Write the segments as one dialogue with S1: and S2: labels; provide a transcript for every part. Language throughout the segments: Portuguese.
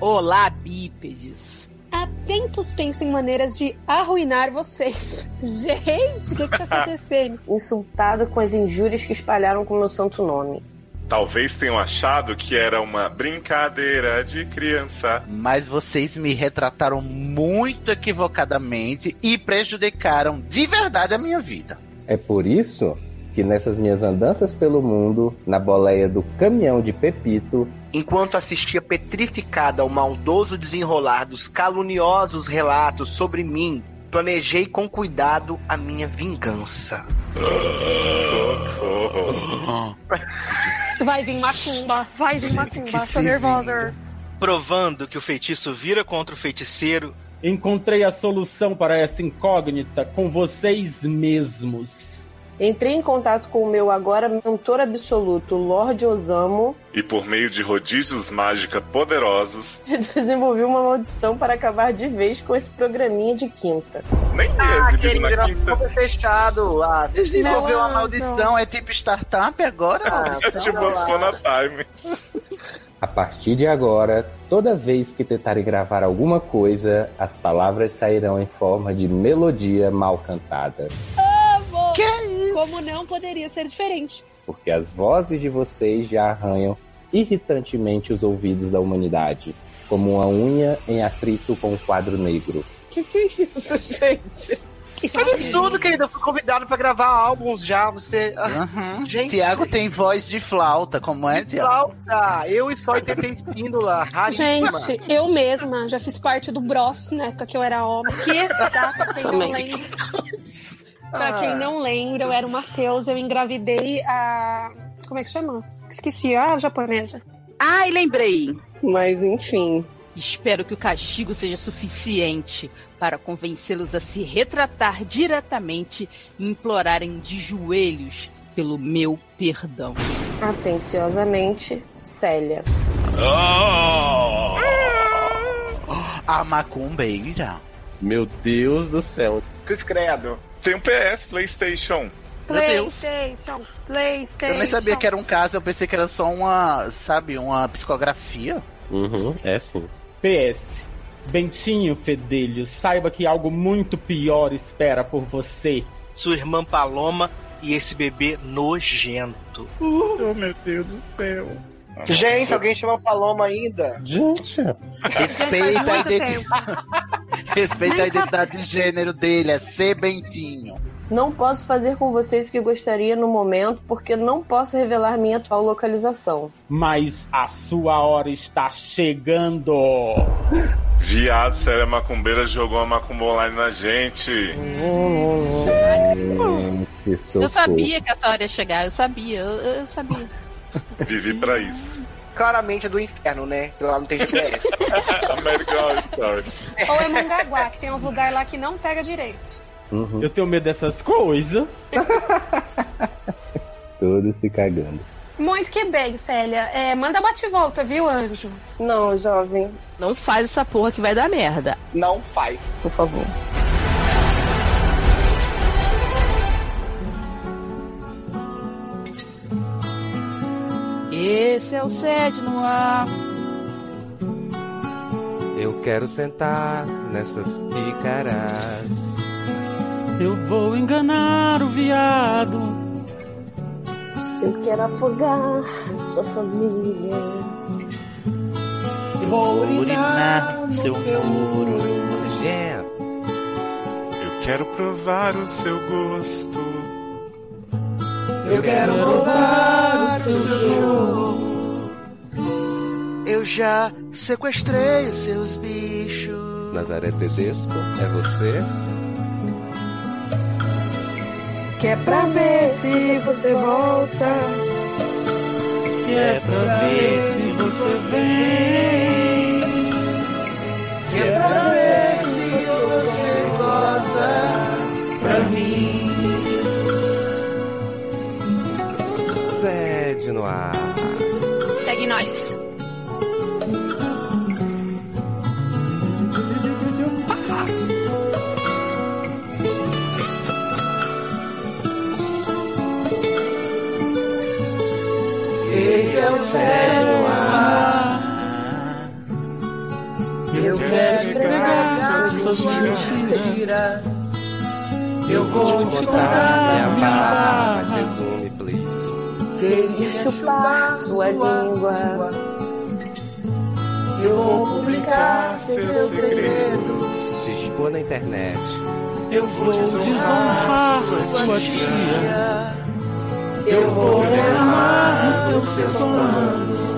S1: Olá, bípedes.
S2: Há tempos penso em maneiras de arruinar vocês. Gente, o que, que tá acontecendo?
S3: Insultado com as injúrias que espalharam com meu santo nome.
S4: Talvez tenham achado que era uma brincadeira de criança.
S1: Mas vocês me retrataram muito equivocadamente e prejudicaram de verdade a minha vida.
S5: É por isso que nessas minhas andanças pelo mundo, na boleia do caminhão de Pepito,
S6: Enquanto assistia petrificada ao maldoso desenrolar dos caluniosos relatos sobre mim, planejei com cuidado a minha vingança.
S4: Socorro.
S2: Vai vir macumba, vai vir macumba, tô nervosa.
S7: provando que o feitiço vira contra o feiticeiro.
S8: Encontrei a solução para essa incógnita com vocês mesmos.
S3: Entrei em contato com o meu agora mentor absoluto, Lorde Osamo,
S4: E por meio de rodízios mágica poderosos,
S3: e desenvolvi uma maldição para acabar de vez com esse programinha de quinta.
S4: nem
S6: Ah,
S4: ia exibido
S6: querido,
S4: na
S6: era
S4: quinta.
S6: fogo fechado. Ah, se
S2: Desenvolveu
S1: Desenvolveu
S2: a
S1: a
S2: Não,
S1: maldição, é tipo startup agora?
S3: Ah,
S4: Tipo,
S3: vamos
S4: as
S3: lá.
S4: na time.
S5: a partir de agora, toda vez que tentarem gravar alguma coisa, as palavras sairão em forma de melodia mal cantada,
S2: Amor,
S1: Que é isso?
S2: Como não poderia ser diferente?
S5: porque as vozes de vocês já arranham irritantemente os ouvidos da humanidade, como uma unha em atrito com um quadro negro.
S3: Que que é isso, gente?
S2: Isso é
S6: Sabe
S2: assim.
S6: tudo, querido? Eu fui convidado pra gravar álbuns já. Você. Ah,
S1: Uhum.
S6: Gente.
S1: Tiago tem voz de flauta, como
S3: né,
S1: é, Tiago?
S6: Flauta! Eu e só ITP Espíndola, raríssima.
S2: Gente, eu mesma já fiz parte do Bros na época que eu era homem. Que? Pra quem não lembra,
S1: Ah.
S2: pra quem não lembra eu era o Matheus, eu engravidei a. Como é que chama? Esqueci, a É japonesa.
S9: Ai, lembrei.
S3: Mas enfim,
S10: Espero que o castigo seja suficiente para convencê-los a se retratar diretamente e implorarem de joelhos pelo meu perdão.
S3: atenciosamente, Célia.
S1: A macumbeira.
S8: Meu Deus do céu.
S4: Vocês credo. Tem um PS, Playstation.
S1: Meu Deus.
S2: PlayStation, PlayStation.
S1: Eu nem sabia
S2: então.
S1: que era um caso, eu pensei que era só uma, sabe, uma psicografia.
S8: Uhum, é sim. PS. Bentinho, fedelho, saiba que algo muito pior espera por você.
S7: Sua irmã Paloma e esse bebê nojento.
S4: Uh,
S6: Gente, alguém chama Paloma ainda?
S8: Gente,
S1: Respeita a,
S2: muito
S1: identi-
S2: tempo.
S1: Respeita a
S2: Nem sabe-
S1: identidade de gênero dele, é ser Bentinho.
S3: Não posso fazer com vocês o que gostaria no momento, porque não posso revelar minha atual localização.
S8: mas a sua hora está chegando.
S4: Viado, sério, a macumbeira jogou a macumba online na gente.
S8: Hum.
S5: É, Que socorro.
S10: Eu sabia que essa hora ia chegar, eu sabia, eu, eu sabia.
S4: Vivi pra isso.
S6: Claramente é do inferno, né? Lá não tem GPS.
S4: American Horror Story.
S2: Ou é Mongaguá, que tem uns lugares lá que não pega direito.
S5: Uhum,
S8: Eu tenho medo dessas coisas.
S5: todos se cagando.
S2: Muito que bem, Célia. É, manda bate-volta, viu, anjo?
S3: Não, jovem,
S11: Não faz essa porra que vai dar merda.
S6: não faz.
S3: por favor.
S10: Esse é o sede no ar.
S5: Eu quero sentar nessas picaras.
S8: Eu vou enganar o viado.
S3: Eu quero afogar sua família.
S1: Vou urinar seu muro.
S5: Gente,
S4: Eu quero provar o seu gosto.
S8: Eu quero roubar o seu
S6: Eu já sequestrei os seus bichos.
S5: Nazaré Tedesco, é você?
S3: Que é pra ver se você volta.
S8: que é pra ver se você vem. é
S5: Sede no ar.
S10: Segue nós.
S8: é
S9: suas mentiras. Eu vou te contar
S5: É a
S9: minha
S5: palavra, mas
S9: barra.
S5: resume, please.
S9: Queria chupar sua língua. Eu vou publicar seus segredos.
S5: Se expor na internet.
S9: Eu vou desonrar sua tia. Eu vou derramar seus planos.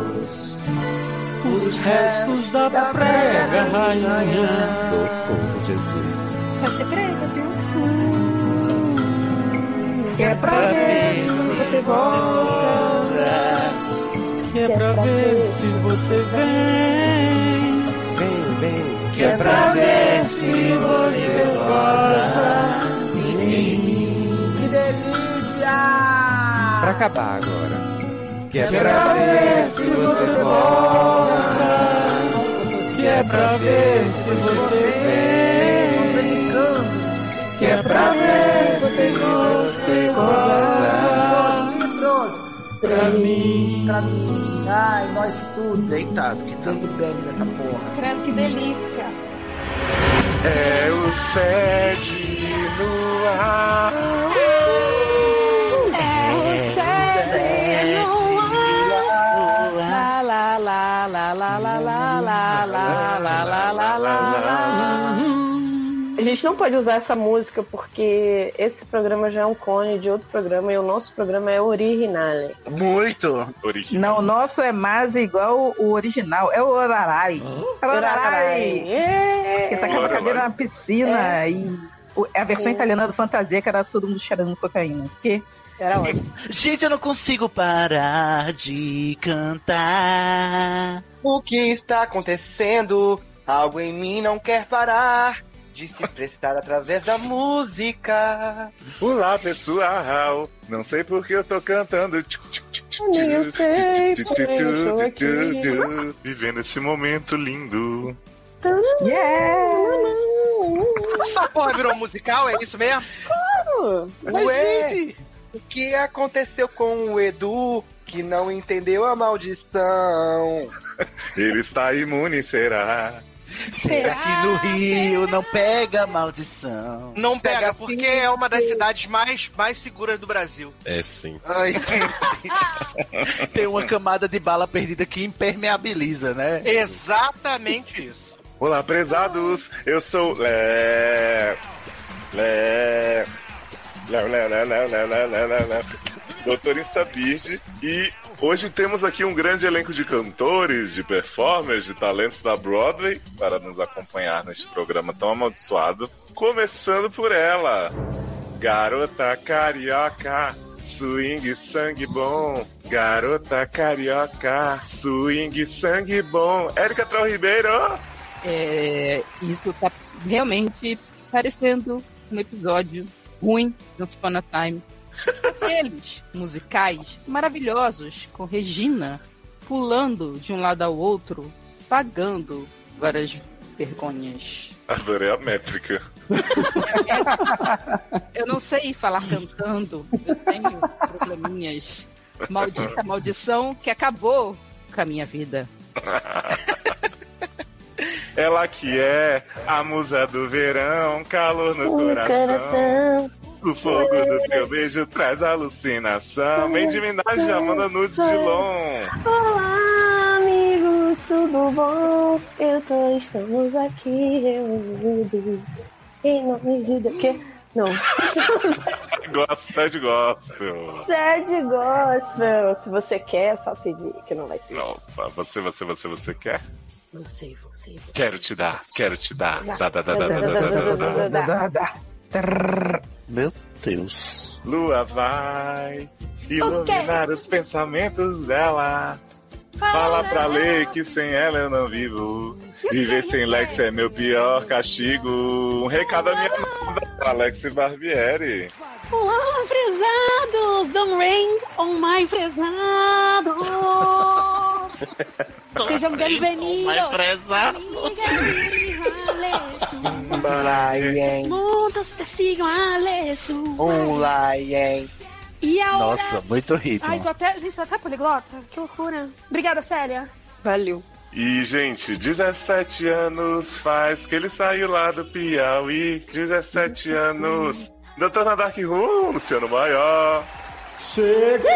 S9: Os restos da prega, rainha.
S5: Socorro, Jesus.
S2: Você vai ser presa, viu? Hum.
S9: Que é pra ver se você volta. Que é pra ver se você vem. Vem, vem. Que é pra é ver se você gosta de mim. Que delícia!
S5: Pra acabar agora. Que é
S9: Que é pra ver se você volta. Que é pra ver se você vem. Que é pra ver se você gosta. Pra mim. Pra mim. Ai, nós tudo. Deitado, que tanto bem nessa porra.
S2: Credo, que delícia.
S9: É o sede no ar.
S2: É o sede no ar. Lá, lá, lá, lá, lá, lá, lá, lá, lá, lá, lá, lá, lá, lá.
S3: A gente não pode usar essa música porque esse programa já é um cone de outro programa e o nosso programa é original.
S1: Muito!
S12: Não, o nosso é mais igual o original. É o Orarai. É o Orarai. Que tacava a cadeira na piscina. E o- é a versão
S1: Sim.
S12: italiana do Fantasia, que era todo mundo cheirando cocaína. Que
S3: era
S1: Gente, eu não consigo parar de cantar.
S6: O que está acontecendo? Algo em mim não quer parar de se expressar através da música.
S4: Olá, pessoal. é Não sei por que eu tô cantando.
S9: Nem eu sei,
S4: Tu,
S9: porém eu
S4: tu,
S9: estou
S4: tu,
S9: aqui.
S4: tu, tu. Vivendo esse momento lindo.
S6: Essa porra virou musical, é isso mesmo? Claro!
S9: Mas,
S6: Ué,
S9: gente-
S6: o que aconteceu com o Edu que não entendeu a maldição?
S4: Ele está imune, será?
S1: Será que no Rio não pega maldição?
S7: Não pega, porque
S6: assim.
S7: é uma das cidades mais, mais seguras do Brasil.
S13: É sim.
S1: Ai, gente. Tem uma camada de bala perdida que impermeabiliza, né?
S7: Exatamente isso.
S4: Olá, prezados. Eu sou Lé. Lé. Léo, Léo, Léo, Léo, Léo, Léo, Léo, Léo, Léo. Doutor Instabird. E hoje temos aqui um grande elenco de cantores, de performers, de talentos da Broadway para nos acompanhar neste programa tão amaldiçoado. Começando por ela, garota carioca. Swing sangue bom, garota carioca, swing sangue bom. Érica Trau Ribeiro!
S10: É, isso tá realmente parecendo um episódio ruim de Once Upon a Time. Eles, musicais maravilhosos, com Regina pulando de um lado ao outro, pagando várias vergonhas.
S4: Adorei a métrica.
S10: Eu não sei falar cantando, eu tenho probleminhas. Maldita maldição que acabou com a minha vida.
S4: Ela que é a musa do verão, calor
S9: Um
S4: no coração. O fogo do teu beijo traz alucinação. Mandy Minaj já manda nudes de long.
S3: Olá, amigos, tudo bom? Eu tô, estamos aqui reunidos em nome de Deus. Que? Não.
S4: Gosto, sai de gospel.
S3: Sede é gospel. Se você quer, é só pedir que não vai ter.
S4: Opa, você, você, você, você quer?
S3: Não sei, você.
S4: Quero te dar, quero te dar. Dá, dá, dá, dá, dá, dá, dá, dá, dá.
S13: Meu Deus.
S4: Lua vai iluminar os pensamentos dela. Fala pra Lei que sem ela eu não vivo. Viver sem Lex é meu pior castigo. Um recado à minha amada, Alex Barbieri.
S2: Olá, fresados! Don't rain on my fresados! Sejam bem-vindos!
S9: Oh, um my fresados.
S2: Amigas e rivales,
S6: Brian,
S2: Mundos te sigam, Alesso!
S6: um Lion.
S2: E a hora...
S1: Nossa, muito ritmo.
S2: Ai, tô até... Gente, tô até poliglota. Que loucura. Obrigada, Célia.
S11: Valeu.
S4: E, gente, 17 anos faz que ele saiu lá do Piauí. 17 anos. Doutor na Dark Room, Luciano Maior.
S14: Chega!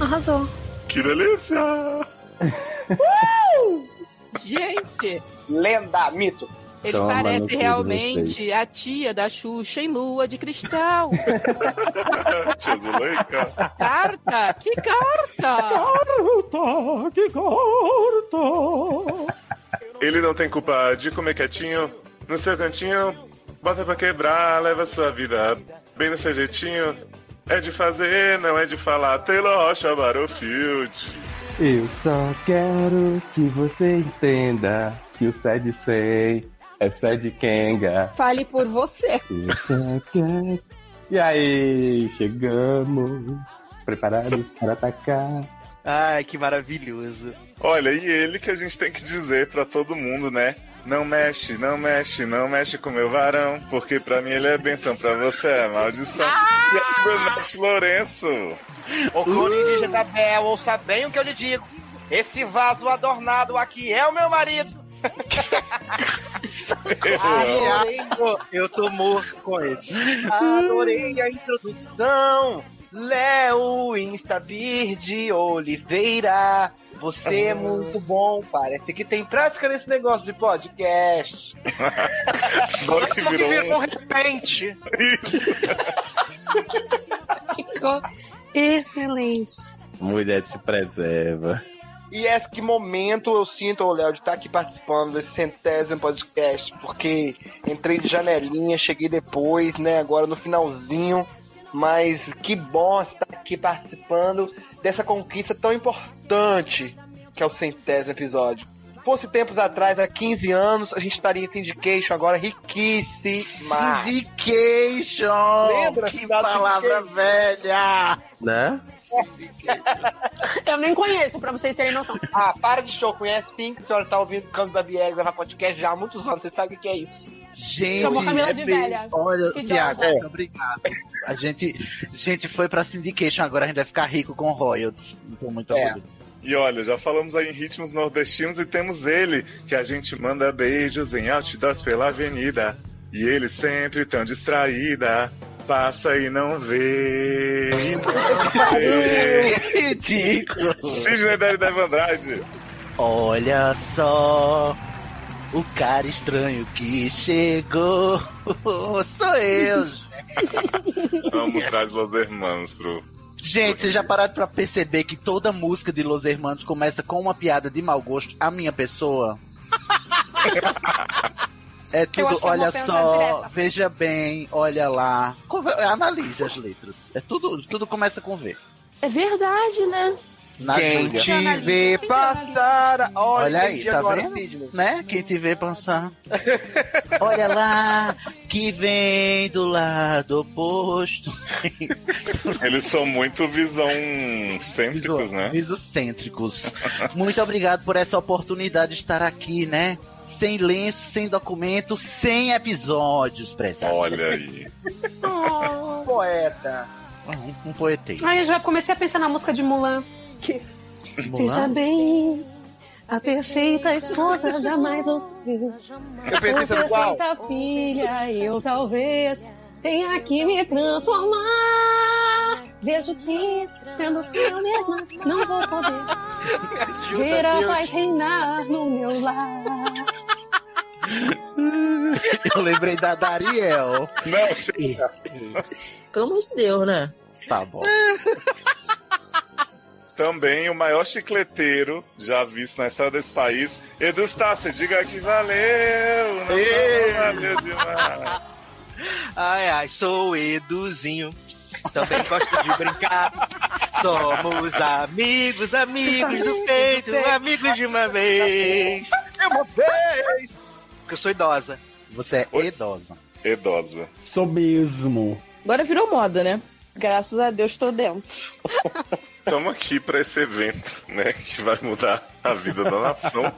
S2: Arrasou.
S4: Que delícia!
S10: Uh! Gente!
S6: Lenda, mito.
S10: Ele
S6: Toma,
S10: parece
S6: não sei
S10: realmente a tia da Xuxa em Lua de Cristal. carta? Que carta?
S14: Corta, que corta.
S4: Ele não tem culpa de comer quietinho no seu cantinho. Bota pra quebrar, leva sua vida bem no seu jeitinho. É de fazer, não é de falar. Taylor Rocha Battlefield.
S5: Eu só quero que você entenda que o Sad Sei é Sad Kenga.
S2: Fale por você.
S5: Eu só quero- E aí, chegamos preparados para atacar.
S1: Ah,
S9: Ai, que maravilhoso.
S4: Olha, e ele que a gente tem que dizer pra todo mundo, né? Não mexe, não mexe, não mexe com meu varão, porque pra mim ele é benção, pra você é maldição. E aí, Brunet Lourenço.
S6: O clone de Jezabel, ouça bem o que eu lhe digo. Esse vaso adornado aqui é o meu marido. Adorei,
S9: eu tô morto com esse.
S6: adorei a introdução. Léo Instabird Oliveira. Você é muito bom. Parece que tem prática nesse negócio de podcast.
S4: Agora que virou um-
S6: repente.
S2: Ficou excelente.
S5: Mulher te preserva.
S6: E é que momento eu sinto, ô Léo, de estar aqui participando desse centésimo podcast, porque entrei de janelinha, cheguei depois, né, agora no finalzinho, mas que bom estar aqui participando dessa conquista tão importante que é o centésimo episódio. Fosse tempos atrás, há 15 anos, a gente estaria em Syndication agora riquíssima.
S1: Syndication!
S6: Lembra?
S1: Que palavra velha!
S5: Né?
S2: Eu nem conheço, pra vocês terem noção.
S6: Ah, para de show, conhece sim que a senhora tá ouvindo o Câmbio da Biel gravar podcast já há muitos anos, você sabe o que é isso.
S1: Gente,
S6: Chamou Camila
S1: é
S6: de
S1: bem-
S6: velha.
S1: olha,
S6: Idosa.
S1: Tiago,
S6: É.
S1: muito obrigado. A gente, a gente foi pra Syndication, agora a gente vai ficar rico com royalties. Não tô muito orgulhoso.
S4: E olha, já falamos aí em ritmos nordestinos e temos ele, que a gente manda beijos em outdoors pela avenida. E ele sempre tão distraída, passa e não vê. E não vê.
S1: Ridículo.
S4: Sidney é da Ida Andrade.
S1: Olha só o cara estranho que chegou. Sou eu.
S4: Vamos traz Los Hermanos pro.
S1: Gente, vocês já pararam pra perceber que toda música de Los Hermanos começa com uma piada de mau gosto à minha pessoa? É tudo,
S2: acho que é uma
S1: olha
S2: ofensa
S1: só,
S2: direta.
S1: veja bem, olha lá. Conver- Analise as letras. É tudo, tudo começa com V.
S12: É verdade, né?
S1: Na
S6: Quem
S1: Júlia.
S6: te vê passar. Olha,
S1: Olha aí,
S6: entendi
S1: tá
S6: agora,
S1: vendo?
S6: Sidney.
S1: Né? Quem te vê pensar. Olha lá, que vem do lado oposto.
S4: Eles são muito visão cêntricos, né?
S1: Visocêntricos. Muito obrigado por essa oportunidade de estar aqui, né? Sem lenço, sem documento, sem episódios, prezado.
S4: Olha aí.
S6: Poeta.
S1: Um, um poetei.
S2: Aí eu já comecei a pensar na música de Mulan. Que... Veja
S1: Mulan?
S2: bem, a perfeita esposa jamais você.
S6: Eu pensei
S2: a
S6: nisso igual.
S2: perfeita filha, eu talvez tenha que me transformar. Vejo que, sendo assim eu mesma, não vou poder. Vera
S6: Deus.
S2: vai reinar no meu lar.
S1: Eu lembrei da Dariel.
S4: Não,
S1: chega.
S12: Pelo amor de Deus, né?
S1: Tá bom.
S4: Também o maior chicleteiro já visto na história desse país, Edu Stassi, diga que valeu! Não,
S9: Ei!
S4: valeu demais!
S9: Ai, ai, sou o Eduzinho. Também gosto de brincar. Somos amigos, amigos do peito, amigos de uma vez. É uma vez! Porque eu sou idosa.
S1: Você é idosa.
S4: Edosa.
S14: Sou mesmo.
S12: Agora virou moda, né? Graças a Deus tô dentro.
S4: Estamos aqui para esse evento, né? Que vai mudar a vida da nação.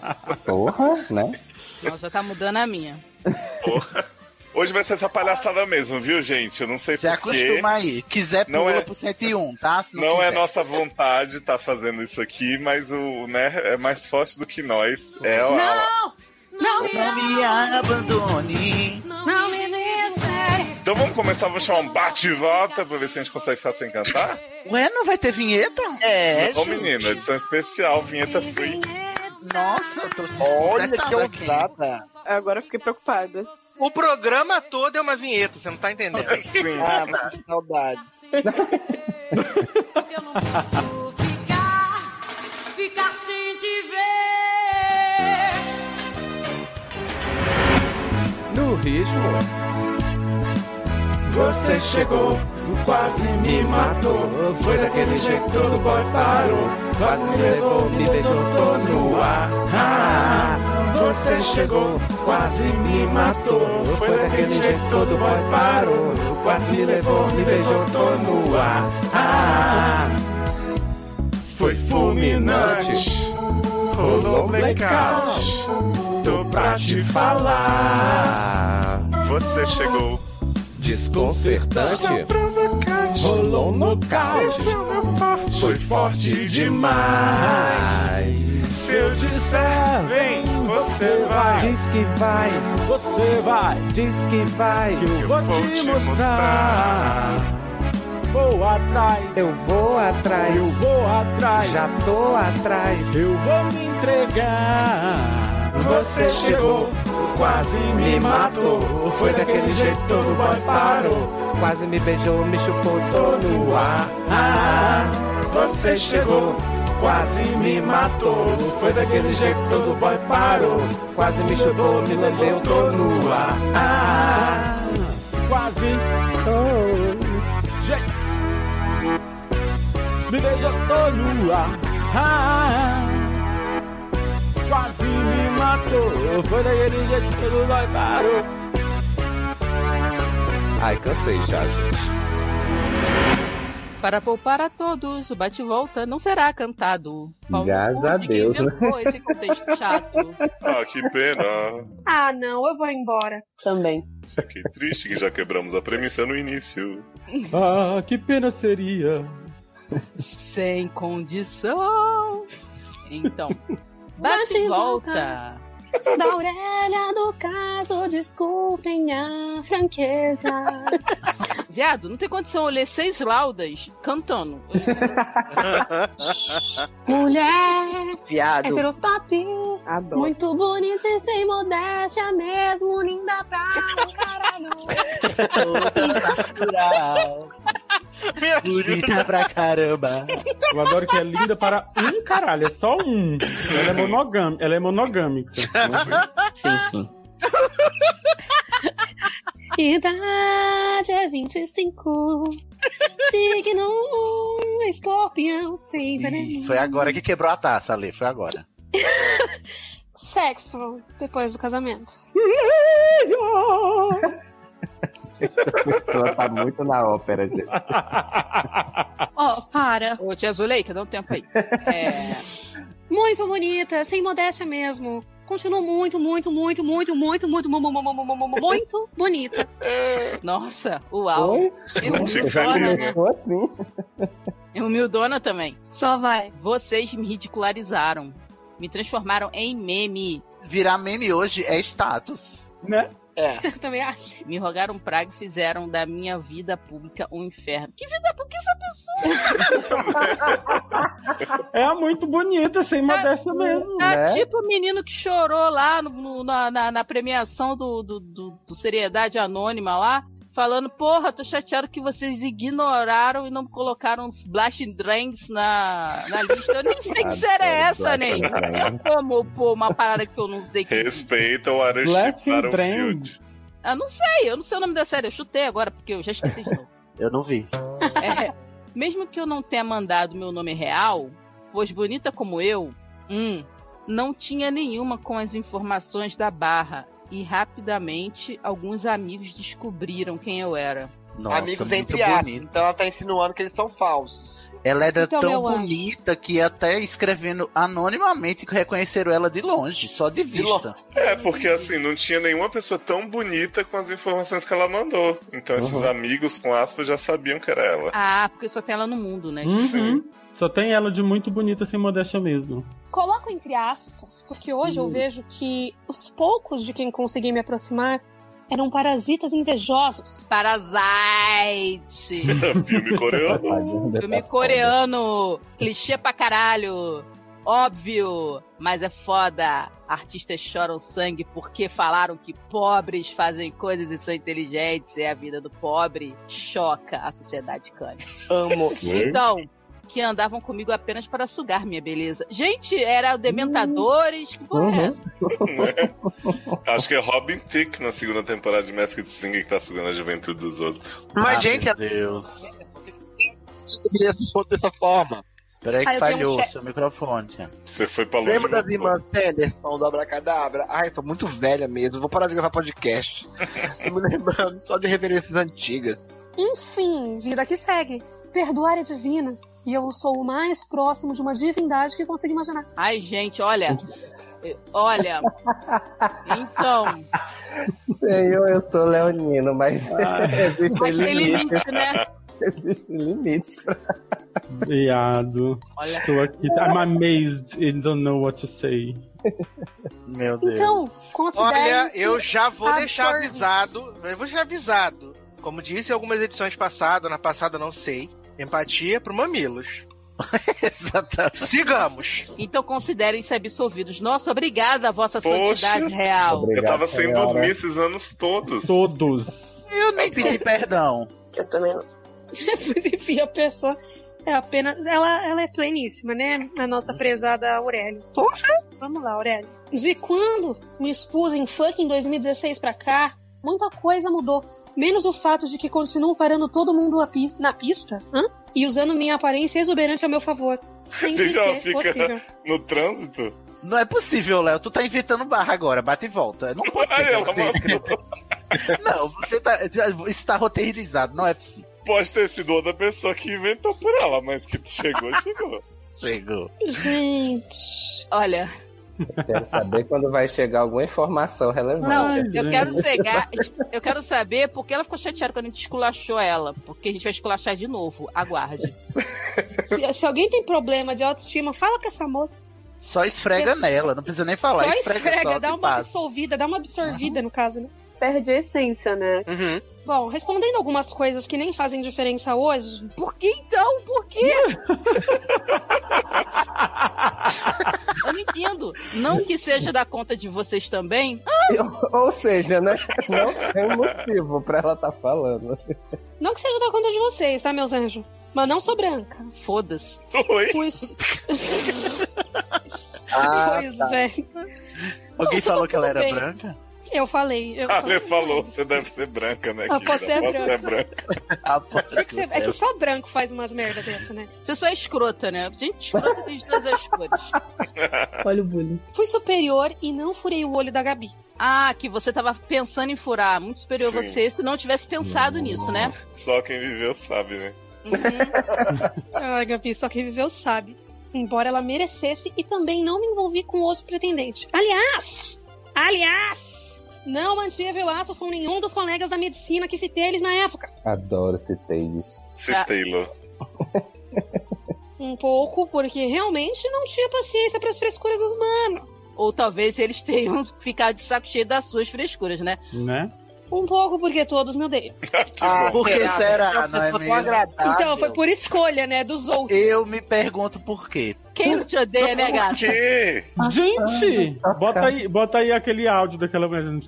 S5: Porra, né?
S10: Não, já tá mudando a minha.
S4: Porra. Hoje vai ser essa palhaçada mesmo, viu, gente? Eu não sei
S1: Se
S4: porquê.
S1: acostuma aí. Quiser,
S4: Não
S1: pula
S4: é-
S1: pro 101, tá? Se
S4: Não, é
S1: quiser.
S4: nossa vontade estar fazendo isso aqui, mas o né é mais forte do que nós. É a-
S2: Não! Não me
S1: me abandone.
S2: Não me desespere.
S4: Então vamos começar, vou chamar um bate e volta pra ver se a gente consegue ficar sem cantar?
S1: Ué, não vai ter vinheta?
S4: É, Ô menino, edição especial, vinheta free.
S1: Nossa, eu tô
S4: Olha
S7: que ousada.
S11: tá Agora eu fiquei preocupada.
S7: O programa todo é uma vinheta, você não tá entendendo.
S11: Sim.
S13: Ah, mas que saudade.
S9: Ficar sem te ver.
S8: No ritmo.
S9: Você chegou, quase me matou. Foi daquele jeito todo boy parou. Quase me levou, me beijou, tô no ar. Ah, você chegou, quase me matou. Foi daquele jeito todo boy parou. Quase me levou, me beijou, tô no ar. Ah, foi fulminante. Rolou um blackout. Tô pra te falar.
S4: Você chegou.
S9: Desconcertante. Provocante. Rolou um nocaute.
S8: é
S9: Foi forte demais. Se eu disser, vem, você vai.
S8: Diz que vai, você vai. Diz que vai, que eu, vou, te mostrar. Vou atrás, eu vou atrás, eu vou atrás, já tô atrás, eu vou me entregar.
S9: Você chegou, quase me matou. Foi daquele jeito todo boy parou.
S8: Quase me beijou, me chupou
S9: Tô no ar. Ah, você chegou, quase me matou. Foi daquele jeito todo boy parou. Quase me chupou, me lambeu. Tô no ar. Ah,
S8: quase. Oh, gente. Me beija, tô no ar. Ah, quase me matou. Foi daquele jeito que tudo vai parou.
S9: Ai, cansei já,
S10: Para poupar a todos, o bate-volta não será cantado. é. Pau no
S5: Graças
S10: cu de
S5: a
S10: quem
S5: Deus,
S10: inventou
S5: né?
S10: esse contexto chato.
S4: Ah, que pena.
S2: Ah, não, eu vou embora.
S11: Também.
S4: Fiquei triste que já quebramos a premissa no início.
S8: Ah, que pena seria.
S10: Sem condição. Então, bate-volta.
S2: Da orelha do caso, desculpem a franqueza.
S10: Viado, não tem condição eu ler seis laudas cantando.
S2: Mulher.
S10: Viado.
S2: Heterotop.
S10: Adoro.
S2: Muito bonita e sem modéstia mesmo, linda pra um caralho.
S1: Bonita pra caramba.
S8: Eu adoro que é linda para um caralho, é só um. Ela é, monogam... Ela é monogâmica.
S9: Sim,
S8: sim.
S2: Idade é 25. Signo um escorpião sem veneno.
S1: Foi agora que quebrou a taça ali, foi agora.
S2: Sexo depois do casamento.
S5: Essa pessoa tá muito na ópera, gente.
S2: Ó, para.
S10: Ô, tia Zuleika, dá um tempo aí.
S2: Muito bonita, sem modéstia mesmo. Continua muito, muito, muito, muito, muito, muito, mu- mu- mu- mu- mu- mu- mu- mu- muito bonita. É.
S10: Nossa, uau. Eu
S9: Fico
S10: humildona,
S9: feliz,
S10: né?
S9: né?
S10: Eu humildona também.
S2: Só vai.
S10: Vocês me ridicularizaram. Me transformaram em meme.
S1: Virar meme hoje é status.
S8: Né?
S10: É.
S2: Eu também acho.
S10: Me rogaram praga e fizeram da minha vida pública um inferno. Que vida pública essa pessoa?
S8: É muito bonita, sem modéstia mesmo. né?
S10: Tá tipo o menino que chorou lá no- no- na, na- na premiação do, do, do- do Seriedade Anônima lá, falando, porra, tô chateado que vocês ignoraram e não colocaram Blast Dranks na, na lista. Eu nem sei que série é essa, Ney. Como, pô, uma parada que eu não sei que...
S4: Respeita o Aranchi
S10: Black
S4: Battlefield.
S10: Eu não sei, eu não sei o nome da série. Eu chutei agora, porque eu já esqueci de novo.
S1: Eu não vi.
S10: É, mesmo que eu não tenha mandado meu nome real, pois bonita como eu, hum, não tinha nenhuma com as informações da barra. E rapidamente alguns amigos descobriram quem eu era.
S13: Amigos entre aspas. Então ela tá insinuando que eles são falsos.
S1: Ela era
S2: Então,
S1: tão
S2: meu anjo.
S1: bonita que até escrevendo anonimamente reconheceram ela de longe, só de vista.
S4: É, porque assim, não tinha nenhuma pessoa tão bonita com as informações que ela mandou. Então esses
S8: Uhum.
S4: amigos com aspas já sabiam que era ela.
S10: Ah, porque só tem ela no mundo, né?
S4: Sim.
S8: Uhum. Só tem ela de muito bonita sem modéstia mesmo.
S2: Coloco entre aspas, porque hoje eu
S8: Hum.
S2: vejo que os poucos de quem consegui me aproximar eram parasitas invejosos.
S10: Parasite!
S4: Filme coreano.
S14: É
S10: Filme coreano, clichê pra caralho, óbvio, mas é foda. Artistas choram sangue porque falaram que pobres fazem coisas e são inteligentes, e a vida do pobre choca a sociedade cães.
S6: Amo.
S10: Então, que andavam comigo apenas para sugar minha beleza. Gente, era o Dementadores, que porra é essa?
S4: Acho que é Robin Thicke na segunda temporada de Masked Singer que tá sugando a juventude dos outros.
S6: Mas, Ah, gente, meu
S4: Deus.
S6: dessa forma.
S1: Peraí
S6: Ah,
S1: É que
S6: eu tenho um
S1: falhou
S6: che-
S1: seu microfone. Tia.
S4: Você foi pra longe.
S6: Lembra das irmãs Sanderson do Abracadabra? Ai, tô muito velha mesmo. Vou parar de gravar podcast. tô me lembrando só de referências antigas.
S2: Enfim, vida que segue. Perdoar é divina. E eu sou o mais próximo de uma divindade que consigo imaginar.
S10: Ai, gente, olha. eu- Olha. Então,
S5: Senhor, eu sou leonino, mas
S9: Ah.
S5: existe
S10: Mas tem
S5: limite.
S10: limite, né?
S5: Existe limite.
S8: Viado. Estou aqui. I'm amazed and don't know what to say.
S1: Meu
S2: Então,
S7: Olha, eu já vou
S2: absorventes.
S7: deixar avisado. Eu vou deixar avisado. Como disse em algumas edições passadas, na passada não sei. Empatia pro mamilos.
S1: Exatamente.
S7: Sigamos.
S10: Então considerem-se absolvidos. Nossa, obrigada a vossa
S4: Poxa,
S10: santidade real.
S4: eu tava sem dormir esses anos todos.
S8: Todos.
S10: Eu
S1: nem pedi perdão.
S3: Eu também não.
S2: Mas enfim, a pessoa é apenas. Ela, ela é pleníssima, né? A nossa prezada Aurélia. Porra! Vamos lá, Aurélia. De quando me expus em funk em 2016 pra cá, muita coisa mudou. Menos o fato de que continuo parando todo mundo a pis- na pista hã? e usando minha aparência exuberante a meu favor. Sempre
S4: Você
S2: que
S4: já
S2: é
S4: fica
S2: possível.
S4: no trânsito?
S1: Não é possível, Léo. Tu tá inventando barra agora. Bate e volta. Não pode ser. que
S4: Ai,
S1: eu tenha escrito. Não, você tá. Isso tá roteirizado. Não é possível.
S4: Pode ter sido outra pessoa que inventou por ela, mas que chegou, chegou.
S1: Chegou.
S2: Gente.
S10: Olha,
S5: Eu quero saber quando vai chegar alguma informação relevante.
S10: não, eu quero chegar. Eu quero saber por que ela ficou chateada quando a gente esculachou ela. Porque a gente vai esculachar de novo. Aguarde.
S2: Se, se alguém tem problema de autoestima, fala com essa moça.
S1: Só esfrega nela. Não precisa nem falar.
S2: só
S1: esfrega,
S2: esfrega,
S1: só
S2: dá
S1: que
S2: uma
S1: passa.
S2: absolvida, dá uma absorvida no caso, né?
S11: Perde a essência, né?
S2: Bom, respondendo algumas coisas que nem fazem diferença hoje.
S10: Por que então? Por quê?
S2: tá-
S10: Eu não entendo. Não que seja da conta de vocês também.
S2: Ah,
S5: Ou seja, né? Não tem motivo pra ela tá falando.
S2: Não que seja da conta de vocês, tá, meus anjos? Mas não sou branca.
S10: Foda-se.
S4: Oi?
S2: Pois.
S1: Ah,
S2: pois
S1: tá.
S2: é.
S1: Alguém
S2: Não,
S1: falou
S2: tudo-
S1: que ela
S2: tudo
S1: era
S2: bem.
S1: branca?
S2: Eu falei. Eu
S4: A
S2: falei.
S4: Lê Ah, falou, você deve ser branca, né?
S2: Ah,
S4: querida?
S2: você é
S4: Você
S2: branca.
S1: Aposto
S2: É que você- É que só branco faz umas merda dessa, né?
S10: Você só é escrota, né? Gente, escrota tem de todas as cores.
S11: Olha o bullying.
S2: Fui superior e não furei o olho da Gabi.
S10: Ah, que você tava pensando em furar. Muito superior a
S4: Sim.
S10: você se não tivesse pensado nisso, né?
S4: Só quem viveu sabe, né?
S2: Ai, Gabi, só quem viveu sabe. Embora ela merecesse e também não me envolvi com outro pretendente. Aliás, aliás, não mantive laços com nenhum dos colegas da medicina que citei eles na época.
S5: Adoro citei isso.
S10: Ah.
S4: Citei-lo.
S2: Um pouco, porque realmente não tinha paciência para as frescuras dos mano.
S10: Ou talvez eles tenham ficado de saco cheio das suas frescuras, né?
S8: Né?
S2: Um pouco porque todos me odeiam.
S1: Ah, por que será? Não é mesmo?
S2: Então, foi por escolha, né, dos outros.
S1: Eu me pergunto por quê.
S10: Quem não te odeia, né, gato?
S4: quê?
S8: Gente,
S5: tá
S8: bota aí, bota aí aquele áudio daquela mulher. "Ah,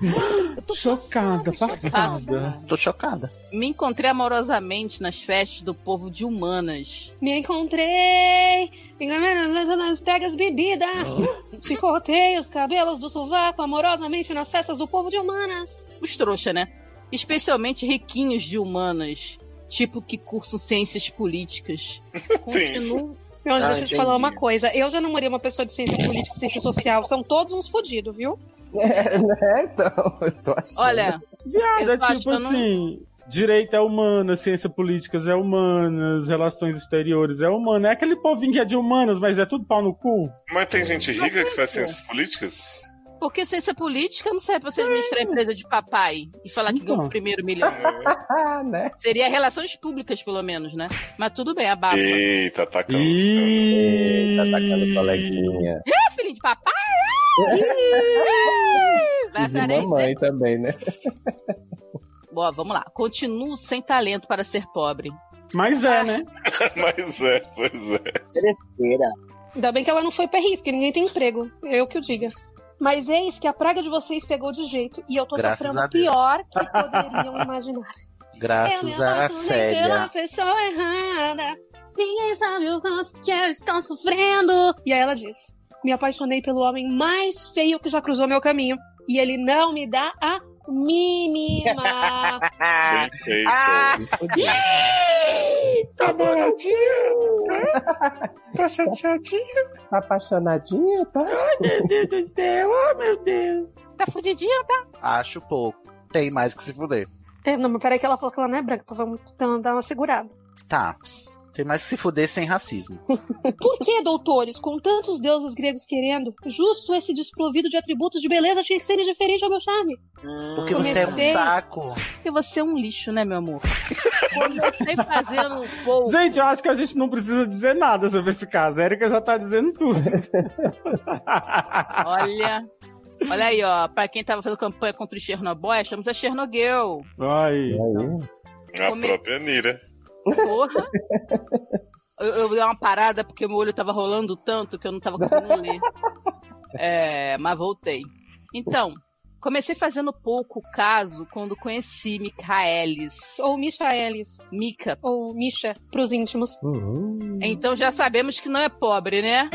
S8: Chocada, passada.
S1: Tô chocada.
S10: Me encontrei amorosamente nas festas do povo de humanas.
S2: Me encontrei! Pega as bebidas!
S10: Oh.
S2: Picotei os cabelos do sovaco amorosamente nas festas do povo de humanas.
S10: Os trouxa, né? Especialmente riquinhos de humanas. Tipo que cursam ciências políticas. Continuo.
S2: Meu anjo,
S10: Ah,
S2: deixa eu te
S10: entendi.
S2: falar uma coisa. Eu já namorei uma pessoa de ciência política, ciência social. São todos uns fodidos, viu?
S5: É, né? Então, eu tô achando.
S10: Olha,
S8: Viada,
S10: eu tô
S8: tipo
S10: achando-
S8: assim. Direito é humano, ciência políticas é humanas, relações exteriores é humano. É aquele povinho que é de humanas, mas é tudo pau no cu.
S4: Mas tem gente rica que
S2: é.
S4: faz ciências políticas?
S10: Porque ciência política não serve pra você administrar a empresa de papai e falar que
S2: Então.
S10: ganhou o primeiro milhão.
S12: né?
S10: Seria relações públicas, pelo menos, né? Mas tudo bem, abafa.
S5: É.
S4: Eita, tá calmo.
S5: Eita, atacando coleguinha.
S10: Ih, filho de papai! Ih!
S5: E de
S10: Vazarei
S5: mamãe também, né?
S10: Bom, vamos lá. Continuo sem talento para ser pobre.
S8: Mas é, né?
S4: Mas é, pois é.
S6: Terceira.
S2: Ainda bem que ela não foi pra rir, porque ninguém tem emprego. Eu que o diga. Mas eis que a praga de vocês pegou de jeito e eu tô
S1: Graças a
S2: sofrendo
S1: Deus.
S2: pior que poderiam imaginar. eu
S1: Graças
S14: Tá
S2: me
S1: a
S2: apaixonei pela
S1: Célia.
S2: pessoa errada. Ninguém sabe o quanto que eu estou sofrendo. E aí ela diz: Me apaixonei pelo homem mais feio que já cruzou meu caminho. E ele não me dá a mínima.
S4: Perfeito.
S2: Ah.
S9: Tá
S12: boladinho?
S9: Tá chateadinho?
S12: Tá apaixonadinha, tá?
S9: Ai, meu Deus do céu, oh, meu Deus.
S10: Tá fudidinha, tá?
S1: Acho pouco. Tem mais que se fuder.
S2: É, não, mas peraí que ela falou que ela não é branca, então vamos então, dar uma segurada.
S1: Tá. Tem mais que se fuder sem racismo.
S2: Por que, doutores, com tantos deuses gregos querendo, justo esse desprovido de atributos de beleza tinha que ser indiferente ao meu charme?
S1: Porque você é um
S2: Comecei.
S1: saco.
S10: Porque você é um lixo, né, meu amor? Comecei fazendo um pouco.
S8: Gente, eu acho que a gente não precisa dizer nada sobre esse caso. A Erika já tá dizendo tudo.
S10: Olha. Olha aí, ó. Pra quem tava fazendo campanha contra o Chernobyl, chamamos a Chernobyl.
S8: Ai.
S4: A
S10: Come-
S4: própria Nira.
S10: Porra. Eu, eu dei uma parada porque meu olho tava rolando tanto que eu não tava conseguindo ler. É, mas voltei. Então, comecei fazendo pouco caso quando conheci Michaelis.
S2: Ou Michaelis.
S10: Mica.
S2: Ou Misha, pros íntimos.
S10: Então já sabemos que não é pobre, né?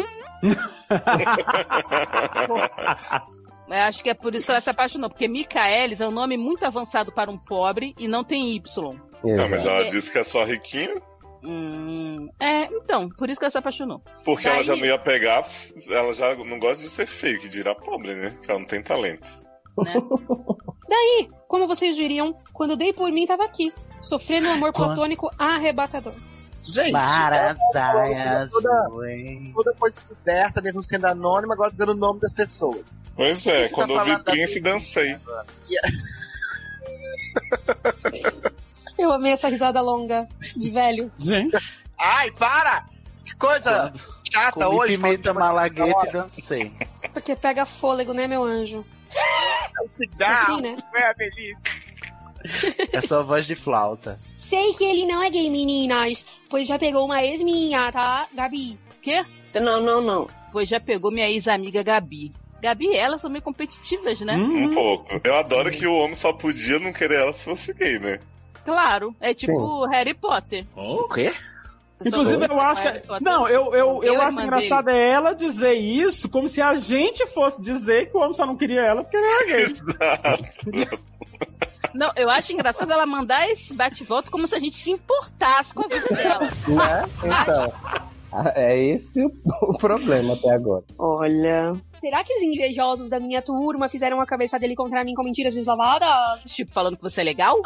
S10: Eu acho que é por isso que ela se apaixonou, porque Michaelis é um nome muito avançado para um pobre e não tem Y.
S4: Não, mas ela
S10: É.
S4: disse que é só riquinho,
S10: Hum, é, então, por isso que ela se apaixonou.
S4: porque ela já
S10: Daí-
S4: não ia pegar. Ela já não gosta de ser feio, que dirá pobre, né? Que ela não tem talento.
S2: Daí, como vocês diriam, quando dei por mim, tava aqui, sofrendo um amor
S1: Quando-
S2: platônico arrebatador.
S6: Gente,
S1: Para
S6: ela tá falando
S1: saias,
S6: toda, toda coisa descoberta, mesmo sendo anônima, agora dando o nome das pessoas.
S4: Pois é,
S6: Você tá
S4: quando eu vi
S6: falando da
S4: Prince, dancei.
S2: Eu amei essa risada longa de velho.
S8: Gente.
S6: Ai, para! Que coisa chata
S1: Comi
S6: hoje.
S1: pimenta malagueta e dancei.
S2: Porque pega fôlego, né, meu anjo?
S6: É um Cigarro,
S2: Assim, né?
S6: foi a Melissa.
S1: É sua voz de flauta.
S2: Sei que ele não é gay, meninas, pois já pegou uma ex minha, tá, Gabi?
S10: Quê?
S11: Não, não, não.
S10: Pois já pegou minha ex-amiga Gabi. Gabi e ela são meio competitivas, né?
S8: Uhum.
S1: Uhum.
S4: Um pouco. Eu adoro que o homem só podia não querer ela se fosse gay, né?
S10: Claro, é tipo Harry Potter.
S8: Oh.
S4: O
S1: quê?
S8: Inclusive, eu acho que. Não, eu, eu, eu,
S10: Eu,
S8: acho
S10: irmã
S8: engraçado é ela dizer isso como se a gente fosse dizer que o homem só não queria ela porque ele era gay.
S10: Não, eu acho engraçado ela mandar esse bate-volta como se a gente se importasse com a vida dela.
S5: Né? Então, a- é esse o, o problema até agora.
S11: Olha.
S2: Será que os invejosos da minha turma fizeram uma cabeça dele contra mim com mentiras deslavadas?
S10: Tipo, falando que você é legal?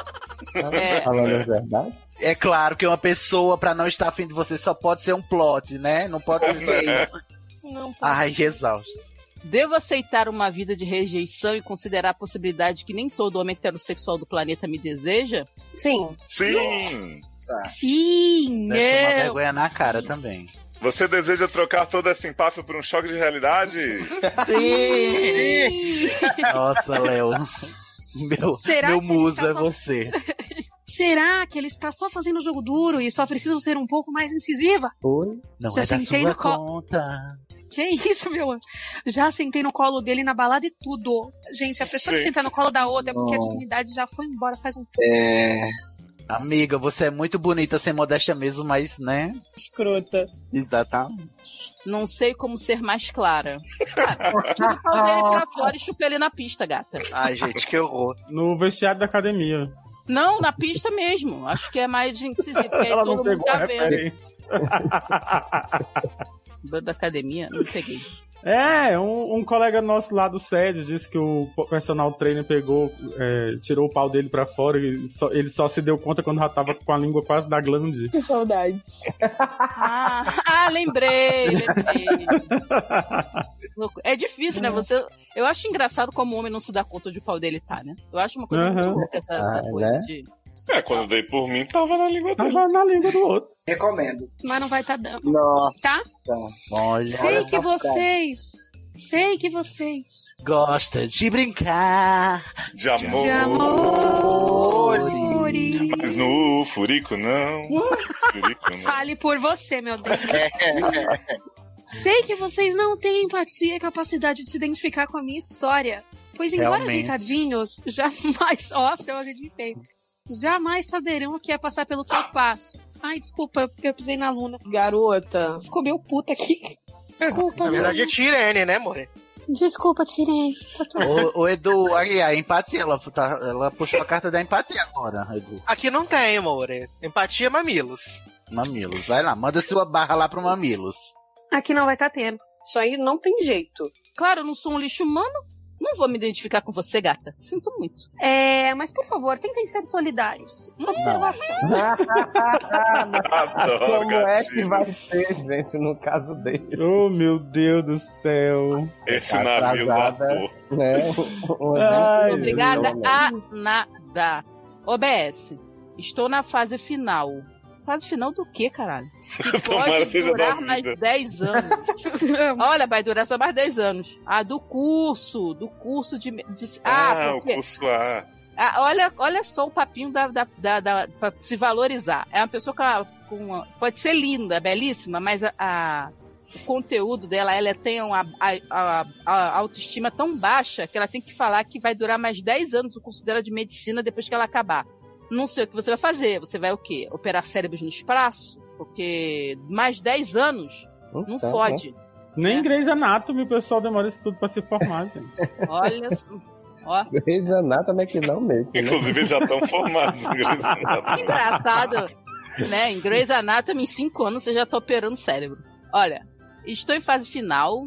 S10: É.
S5: Falando a verdade.
S1: É claro que uma pessoa, pra não estar afim de você, só pode ser um plot, né? Não pode ser isso.
S2: Não, tá. pô.
S1: Ai, exausto.
S10: Devo aceitar uma vida de rejeição e considerar a possibilidade que nem todo homem heterossexual do planeta me deseja?
S11: Sim.
S4: Sim!
S2: Sim! né?
S1: Deve tomar
S10: Meu!
S1: Tá. vergonha na cara também.
S4: Você deseja trocar toda essa empáfia por um choque de realidade?
S1: Nossa, Léo. Meu,
S2: Será
S1: meu
S2: que ele
S1: muso
S2: tá
S1: é
S2: só-
S1: você.
S2: Será que ele está só fazendo jogo duro e só preciso ser um pouco mais incisiva?
S5: Oi?
S1: Não
S2: Já
S1: é da
S2: sentei
S1: sua
S2: no co-
S1: conta.
S2: Que isso, meu anjo? Já sentei no colo dele na balada e tudo. Gente, a pessoa que
S1: Gente.
S2: senta no colo da outra é porque a
S1: Não.
S2: dignidade já foi embora faz um tempo.
S1: É. Amiga, você é muito bonita, sem modéstia mesmo, mas, né?
S11: Escrota.
S1: Exatamente.
S10: Não sei como ser mais clara. Ah, tira o pau dele pra fora e chupa ele na pista, gata.
S1: Ai, gente, que horror.
S8: No vestiário da academia.
S10: Não, na pista mesmo. Acho que é mais incisivo, porque aí
S8: Ela não
S10: todo mundo
S8: pegou a
S10: tá vendo.
S8: referência.
S10: da academia, não peguei.
S8: É, um, um colega nosso lá do SED disse que o personal trainer pegou, é, tirou o pau dele pra fora e só- ele só se deu conta quando já tava com a língua quase da glande.
S11: Que saudades.
S10: Ah, ah, lembrei, lembrei. Louco. É difícil, né? Você, eu acho engraçado como o homem não se dá conta de qual dele tá, né? Eu acho uma coisa
S4: Aham.
S10: muito louca essa, essa
S4: Ah,
S10: coisa
S4: né?
S10: de.
S4: É, quando eu dei por mim, tava na língua dele.
S8: Tava na língua do outro.
S6: Recomendo.
S2: Mas não vai estar tá dando.
S6: Nossa.
S2: Tá?
S1: Olha.
S2: Sei que vocês. Sei que vocês.
S1: Gosta de brincar.
S4: De amor.
S2: De amor.
S4: Mas no furico, não. Furico, não.
S2: Fale por você, meu Deus. Sei que vocês não têm empatia e capacidade de se identificar com a minha história, pois em vários
S14: Realmente.
S2: recadinhos, jamais. Ó, tem uma de feio. Jamais saberão o que é passar pelo que eu passo. Ai, desculpa, eu- eu pisei na luna.
S11: Garota.
S2: Ficou meio puta aqui. Desculpa,
S7: Na verdade é
S2: Luna.
S7: Tirene, né, More?
S2: Desculpa, tirei. Eu tô-
S1: O, Edu, olha aí, a empatia. Ela, tá- ela puxou a carta da empatia agora, Edu.
S7: Aqui não tem, More. Empatia é mamilos.
S1: Mamilos, vai lá, manda sua barra lá pro Mamilos.
S2: Aqui não vai estar tendo.
S10: Isso aí não tem jeito. Claro, eu não sou um lixo humano. Não vou me identificar com você, gata. Sinto muito.
S2: É, mas por favor, tentem ser solidários. Observação.
S4: Adoro,
S5: Como é que vai ser, gente, no caso dele?
S8: Oh, meu Deus do céu.
S4: Esse
S5: Tá
S4: navio
S5: atrasada,
S4: vapor.
S5: né?
S8: É, Ai,
S10: Obrigada Ah.
S8: meu
S10: a nada. OBS, estou na fase final. Fase final do quê, caralho? Que
S4: Tomara
S10: pode
S4: seja da
S10: durar
S4: vida.
S10: mais 10 anos. Olha, vai durar só mais 10 anos. Ah, do curso. Do curso de. me- de-
S4: Ah,
S10: ah,
S4: o
S10: porque-
S4: curso A.
S10: Ah, olha, olha só o papinho da, da, da, da- pra se valorizar. É uma pessoa com, a- com uma- pode ser linda, belíssima, mas a- a- o conteúdo dela, ela tem uma, a, a- a autoestima tão baixa que ela tem que falar que vai durar mais 10 anos o curso dela de medicina depois que ela acabar. Não sei o que você vai fazer. Você vai o quê? Operar cérebros no espaço? Porque mais 10 anos não
S8: Tá,
S10: fode. É.
S8: né? Nem Grey's Anatomy o pessoal demora isso tudo pra se formar, gente.
S10: Olha só. Ó.
S5: Grey's Anatomy é que não mesmo. né?
S4: Inclusive, eles já estão formados em Grey's Anatomy.
S10: Engraçado, né? Em Grey's Anatomy, em 5 anos, você já tá operando o cérebro. Olha, estou em fase final.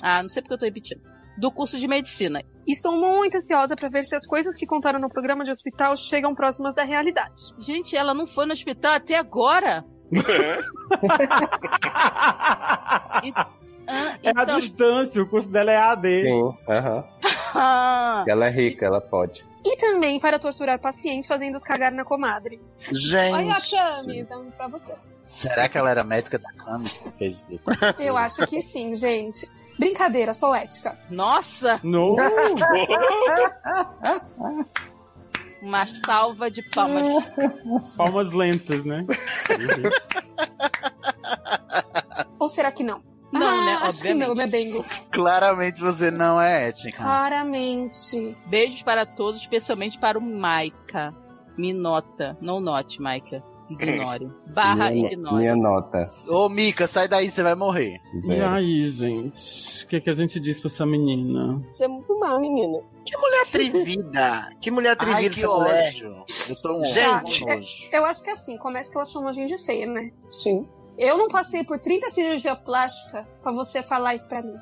S10: Ah, não sei porque eu tô repetindo. Do curso de medicina.
S2: Estou muito ansiosa para ver se as coisas que contaram no programa de hospital chegam próximas da realidade.
S10: Gente, ela não foi no hospital até agora.
S8: É a
S10: Então,
S8: distância, o curso dela é AD.
S5: Sim, aham.
S10: Ah,
S5: Ela é rica, ela pode.
S2: E também para torturar pacientes fazendo-os cagar na comadre. Olha a
S1: Gente,
S2: Cami,
S10: é um
S2: dando pra você.
S1: será que ela era médica da Cami que fez isso?
S2: Eu acho que sim, gente. Brincadeira, sou ética.
S10: Nossa!
S8: No.
S10: Uma salva de palmas.
S8: Palmas lentas, né?
S2: Ou será que não?
S10: Não,
S2: Ah,
S10: né?
S2: Acho que
S10: Obviamente.
S2: não, né, Bengo?
S1: Claramente você não é ética.
S2: Ah. Claramente.
S10: Beijos para todos, especialmente para o Maika. Me nota. Não note, Maika. Ignore. Barra
S5: É. minha,
S10: ignore.
S5: Minha nota.
S1: Ô, Mika, sai daí, você vai morrer.
S8: E aí, gente? O que, que a gente diz pra essa menina?
S11: Isso é muito mal, menina.
S6: Que mulher atrevida. Que
S5: é
S6: mulher atrevida.
S1: Ai, que
S6: essa mulher.
S1: ódio. Eu tô um
S6: Gente,
S1: ódio.
S2: Eu acho que é assim, começa que ela chamou a gente de feia, né?
S11: Sim.
S2: Eu não passei por 30 cirurgia plástica pra você falar isso pra mim.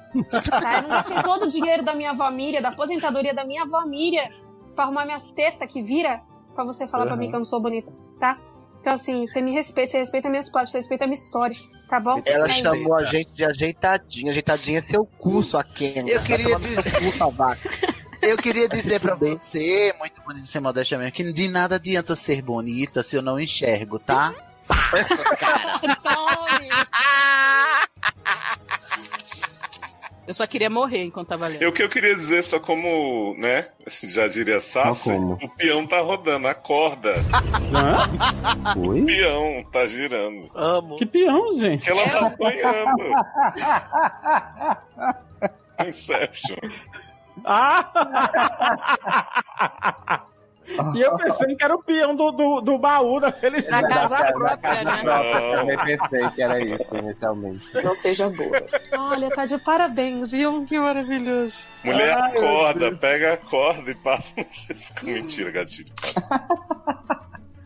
S2: Tá? Eu não gastei todo o dinheiro da minha família, da aposentadoria da minha família, pra arrumar minhas tetas que vira, pra você falar pra
S11: Uhum.
S2: mim que eu não sou bonita, tá? Então, assim, você me respeita, você respeita minhas plásticas, você respeita a minha história, tá bom?
S6: Ela
S2: É isso.
S6: chamou a gente de ajeitadinha. Ajeitadinha é seu né? curso, a Kenga.
S1: Eu
S6: Vai
S1: queria
S6: tomar no tá seu cu, salvaca.
S1: Eu queria dizer pra você, muito bonito sem modéstia mesmo, que de nada adianta ser bonita se eu não enxergo, tá?
S10: Eu só queria morrer enquanto tava lendo.
S4: E o que eu queria dizer, só como, né? Já diria Sassi, o peão tá rodando, acorda. O peão tá girando.
S7: Amo.
S8: Que peão, gente?
S4: Ela tá sonhando. Inception.
S8: Ah! E eu pensei que era o peão do, do, do baú da felicidade.
S5: né? Eu também pensei que era isso inicialmente.
S11: Não seja boa.
S2: Olha, tá de parabéns, viu? Que maravilhoso.
S4: Mulher
S2: Ai,
S4: acorda, pega a corda e passa no pescoço. Mentira, gatilho.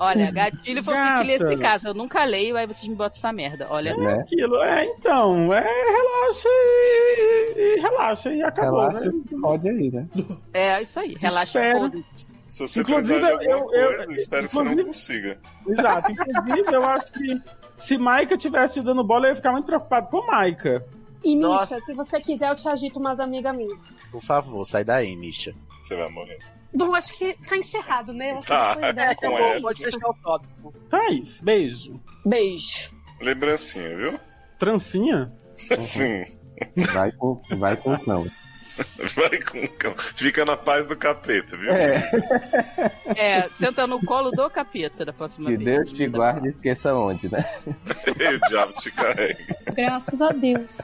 S10: Olha, gatilho foi o
S8: Gata.
S10: que que li esse caso. Eu nunca leio, aí vocês me botam essa merda. Olha.
S5: Né?
S4: né?
S8: É aquilo, é, então, é relaxa e, e- e relaxa e acabou.
S10: Relaxa
S8: né?
S5: Pode aí, né?
S10: É isso aí. Relaxa,
S8: Espero.
S10: foda-se.
S4: Se você
S8: Inclusive,
S4: precisar de alguma
S8: eu- eu-
S4: coisa, espero que você
S8: inclusive-
S4: não consiga.
S8: Exato. Inclusive, eu acho que se Maica tivesse dando bola, eu ia ficar muito preocupado com Maica.
S2: E
S8: Nossa.
S2: Misha, se você quiser, eu te agito umas amigas minhas.
S14: Por favor,
S1: É
S14: sai daí, Misha.
S4: Você vai morrer.
S2: Bom, acho que tá encerrado, né? Eu acho
S4: Tá,
S2: que foi ideia.
S4: com essa. Pode
S2: fechar
S10: o tópico.
S8: Tá isso. Beijo.
S15: Beijo.
S4: Lembrancinha, viu?
S8: Trancinha?
S4: Sim.
S5: Vai com, vai com não.
S4: Vai com calma. Fica na paz do capeta, viu?
S10: É, senta no colo do capeta da próxima
S5: Que
S10: vez.
S5: Deus te guarde e esqueça onde, né?
S4: o diabo te carrega.
S2: Graças a Deus.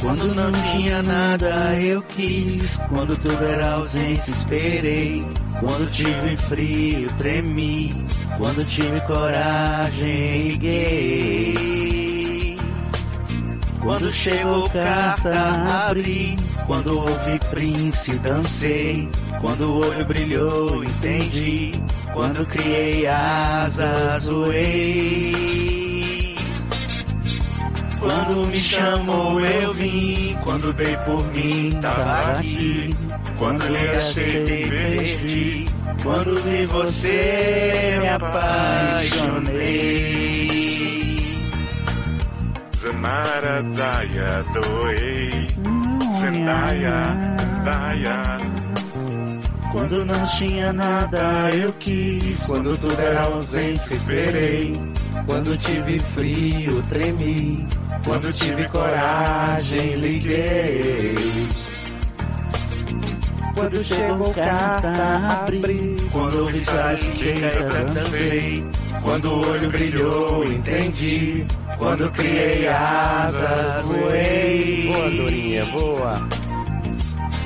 S9: Quando não tinha nada eu quis, quando tudo era ausência esperei, quando tive frio tremi, quando tive coragem liguei. Quando chegou carta abri, quando ouvi Prince dancei, quando o olho brilhou entendi, quando criei asas zoei. Quando me chamou eu vim, quando dei por mim tava aqui. Quando lhe achei me perdi, quando vi você me apaixonei.
S4: Zenara Daya doei. Zendaya, Daya.
S9: Quando não tinha nada eu quis, quando tudo era ausência esperei. Quando tive frio tremi, quando tive coragem liguei. Quando chegou carta abri, quando ouvi sajuqueira dancei. tá Quando o olho brilhou entendi, quando criei asas voei. Boa, Dorinha, boa.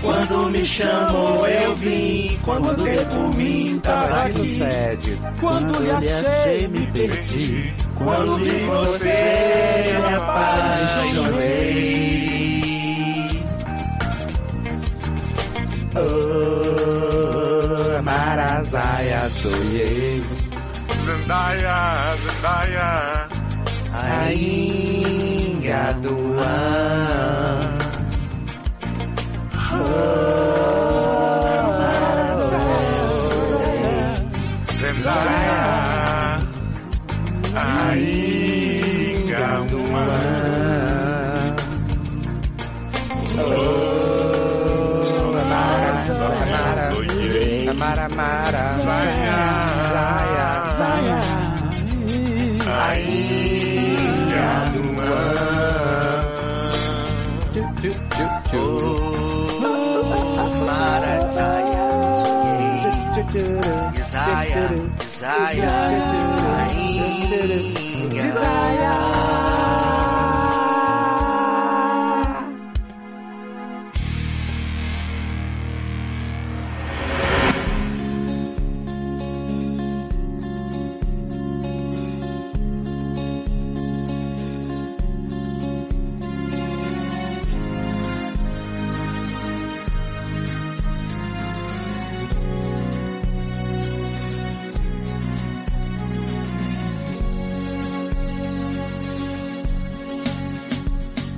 S9: Quando me chamou eu vim, quando deu por mim tava aqui. Quando lhe achei me perdi, quando vi você me apaixonei. Oh, Marazaia sou eu.
S4: Zendaya, Zendaya.
S9: Ainda do
S4: Zendaya. Ainda do
S8: Amara, amara.
S9: Zaya, Zaya. Ainda do Desire, desire,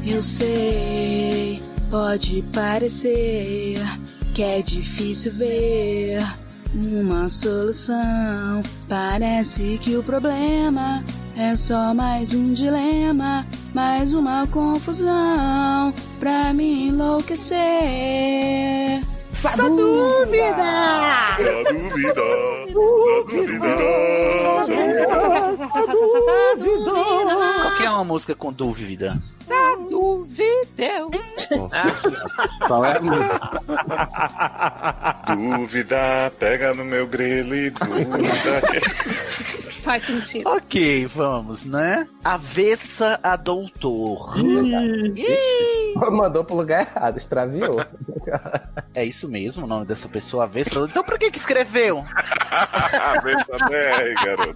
S16: Eu sei, pode parecer que é difícil ver uma solução. Parece que o problema é só mais um dilema, mais uma confusão pra me enlouquecer. Só dúvida!
S4: Só dúvida. Só dúvida.
S14: Qual que é uma música com dúvida?
S10: Tá duvideu.
S5: Qual é a
S4: Dúvida, pega no meu grelo e dúvida.
S2: Faz sentido.
S1: Ok, vamos, né? Avessa a doutor.
S5: Mandou pro lugar errado, extraviou.
S1: É isso mesmo o nome dessa pessoa, avessa a doutor. Então por que que escreveu?
S4: Avessa DR, garoto.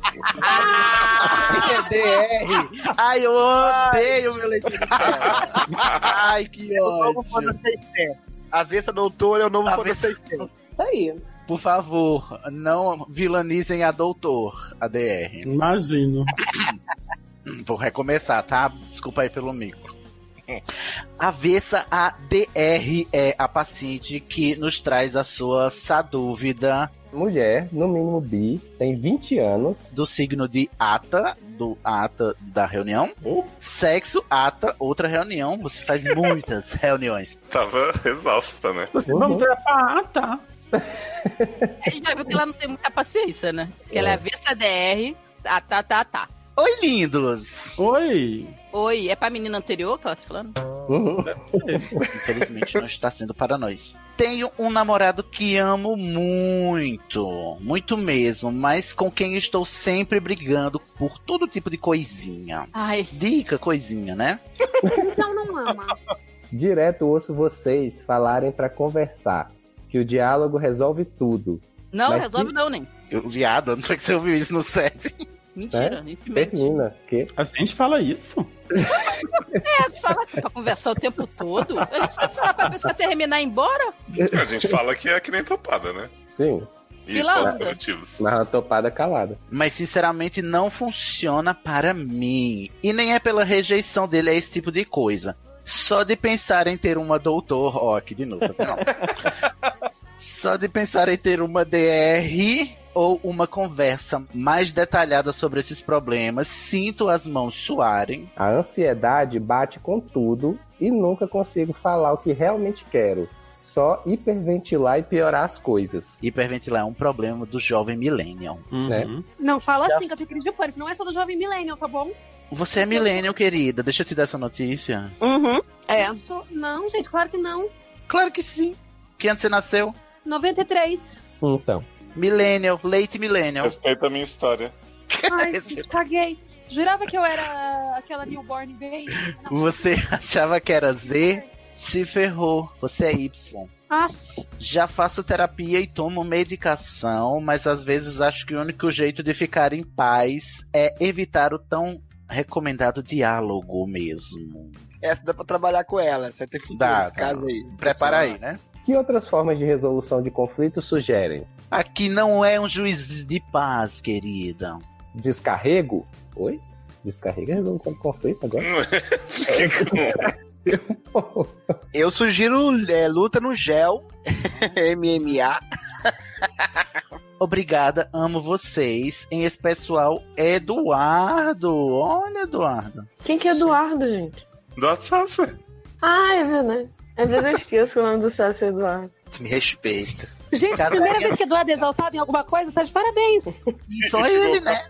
S1: É DR. Ai, eu odeio meu leitor. Ai, que
S6: novo
S1: ódio.
S6: Fana 600. A Vessa Doutora é o novo Fana
S1: Avessa-
S6: 600.
S11: Isso aí.
S1: Por favor, não vilanizem a doutor, a DR.
S9: Imagino.
S1: Vou recomeçar, tá? Desculpa aí pelo mico. Avessa a DR é a paciente que nos traz a sua sa dúvida.
S5: Mulher, no mínimo bi, tem 20 anos.
S1: Do signo de ata, do ata da reunião. Sexo, ata, outra reunião. Você faz muitas reuniões.
S4: Tava exausta, né?
S9: Vamos trepar, ah, tá.
S10: A gente É, já viu que ela não tem muita paciência, né? Que ela é avessa DR. Ah, tá, tá, tá.
S1: Oi, lindos!
S9: Oi!
S10: Oi, é pra menina anterior que ela tá falando?
S1: Infelizmente não está sendo para nós. Tenho um namorado que amo muito, muito mesmo, mas com quem estou sempre brigando por todo tipo de coisinha.
S10: Ai.
S1: Dica, coisinha, né?
S2: Então não ama.
S5: Direto ouço vocês falarem pra conversar. Que o diálogo resolve tudo.
S10: Não,
S5: Mas
S10: resolve
S5: que-
S10: não, nem.
S1: Eu, viado, eu não sei que você ouviu isso no set.
S8: É?
S10: Mentira,
S5: né?
S10: infelizmente.
S5: Termina. Que?
S9: A gente fala isso?
S10: É, tu fala pra conversar o tempo todo. A gente vai falar pra pessoa terminar e ir embora?
S4: A gente fala que é que nem topada, né?
S5: Sim.
S4: E os
S10: Filandra.
S4: pontos positivos.
S5: Mas uma topada calada.
S1: Mas sinceramente não funciona para mim. E nem é pela rejeição dele a esse tipo de coisa. Só de pensar em ter uma doutor. Ó, aqui de novo. tá vendo? Só de pensar em ter uma DR ou uma conversa mais detalhada sobre esses problemas, sinto as mãos suarem.
S5: A ansiedade bate com tudo e nunca consigo falar o que realmente quero. Só hiperventilar e piorar as coisas.
S1: Hiperventilar é um problema do jovem millennial.
S5: Né?
S2: Não fala assim, que eu tenho crise de pânico. Não é só do jovem millennial, tá bom?
S1: Você é millennial, querida. Deixa eu te dar essa notícia.
S11: Uhum.
S2: É. Não, gente, claro que não.
S1: Claro que sim. é Que ano você nasceu?
S2: 93.
S5: Então.
S1: Millennial, late millennial.
S4: Respeita a minha história.
S2: Ai, gente, caguei. Jurava que eu era aquela newborn baby.
S1: Você achava que era Z? Se ferrou. Você é Y.
S2: Ah,
S1: Já faço terapia e tomo medicação, mas às vezes acho que o único jeito de ficar em paz é evitar o tão recomendado diálogo mesmo.
S13: Essa dá pra trabalhar com ela. Você tem futuro
S1: Dá,
S13: nesse caso aí.
S1: Prepara aí, né?
S5: Que outras formas de resolução de conflito sugerem?
S1: Aqui não é um juiz de paz, querida.
S5: Descarrego? Oi? Descarrega a resolução de conflito agora?
S6: Eu sugiro é, luta no gel, MMA.
S1: Obrigada, amo vocês. Em especial, Eduardo. Olha, Eduardo.
S3: Quem que é Eduardo, gente?
S4: Eduardo Sasser.
S3: Ah, é verdade. Às vezes eu esqueço que o nome do Sassi é Eduardo.
S6: Me respeita.
S2: gente,
S1: Cara,
S2: primeira
S1: é-
S2: vez que Eduardo é exaltado em alguma coisa, tá de parabéns.
S1: Só ele, né?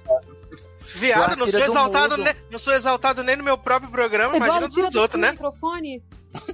S7: Viado, não
S1: Guarda
S7: sou,
S1: do
S7: exaltado
S1: mundo.
S7: nem, não sou exaltado nem no meu próprio programa, imagina
S2: Eduardo, tira
S7: dos
S2: do
S7: outros,
S2: cu o
S7: né?
S2: microfone.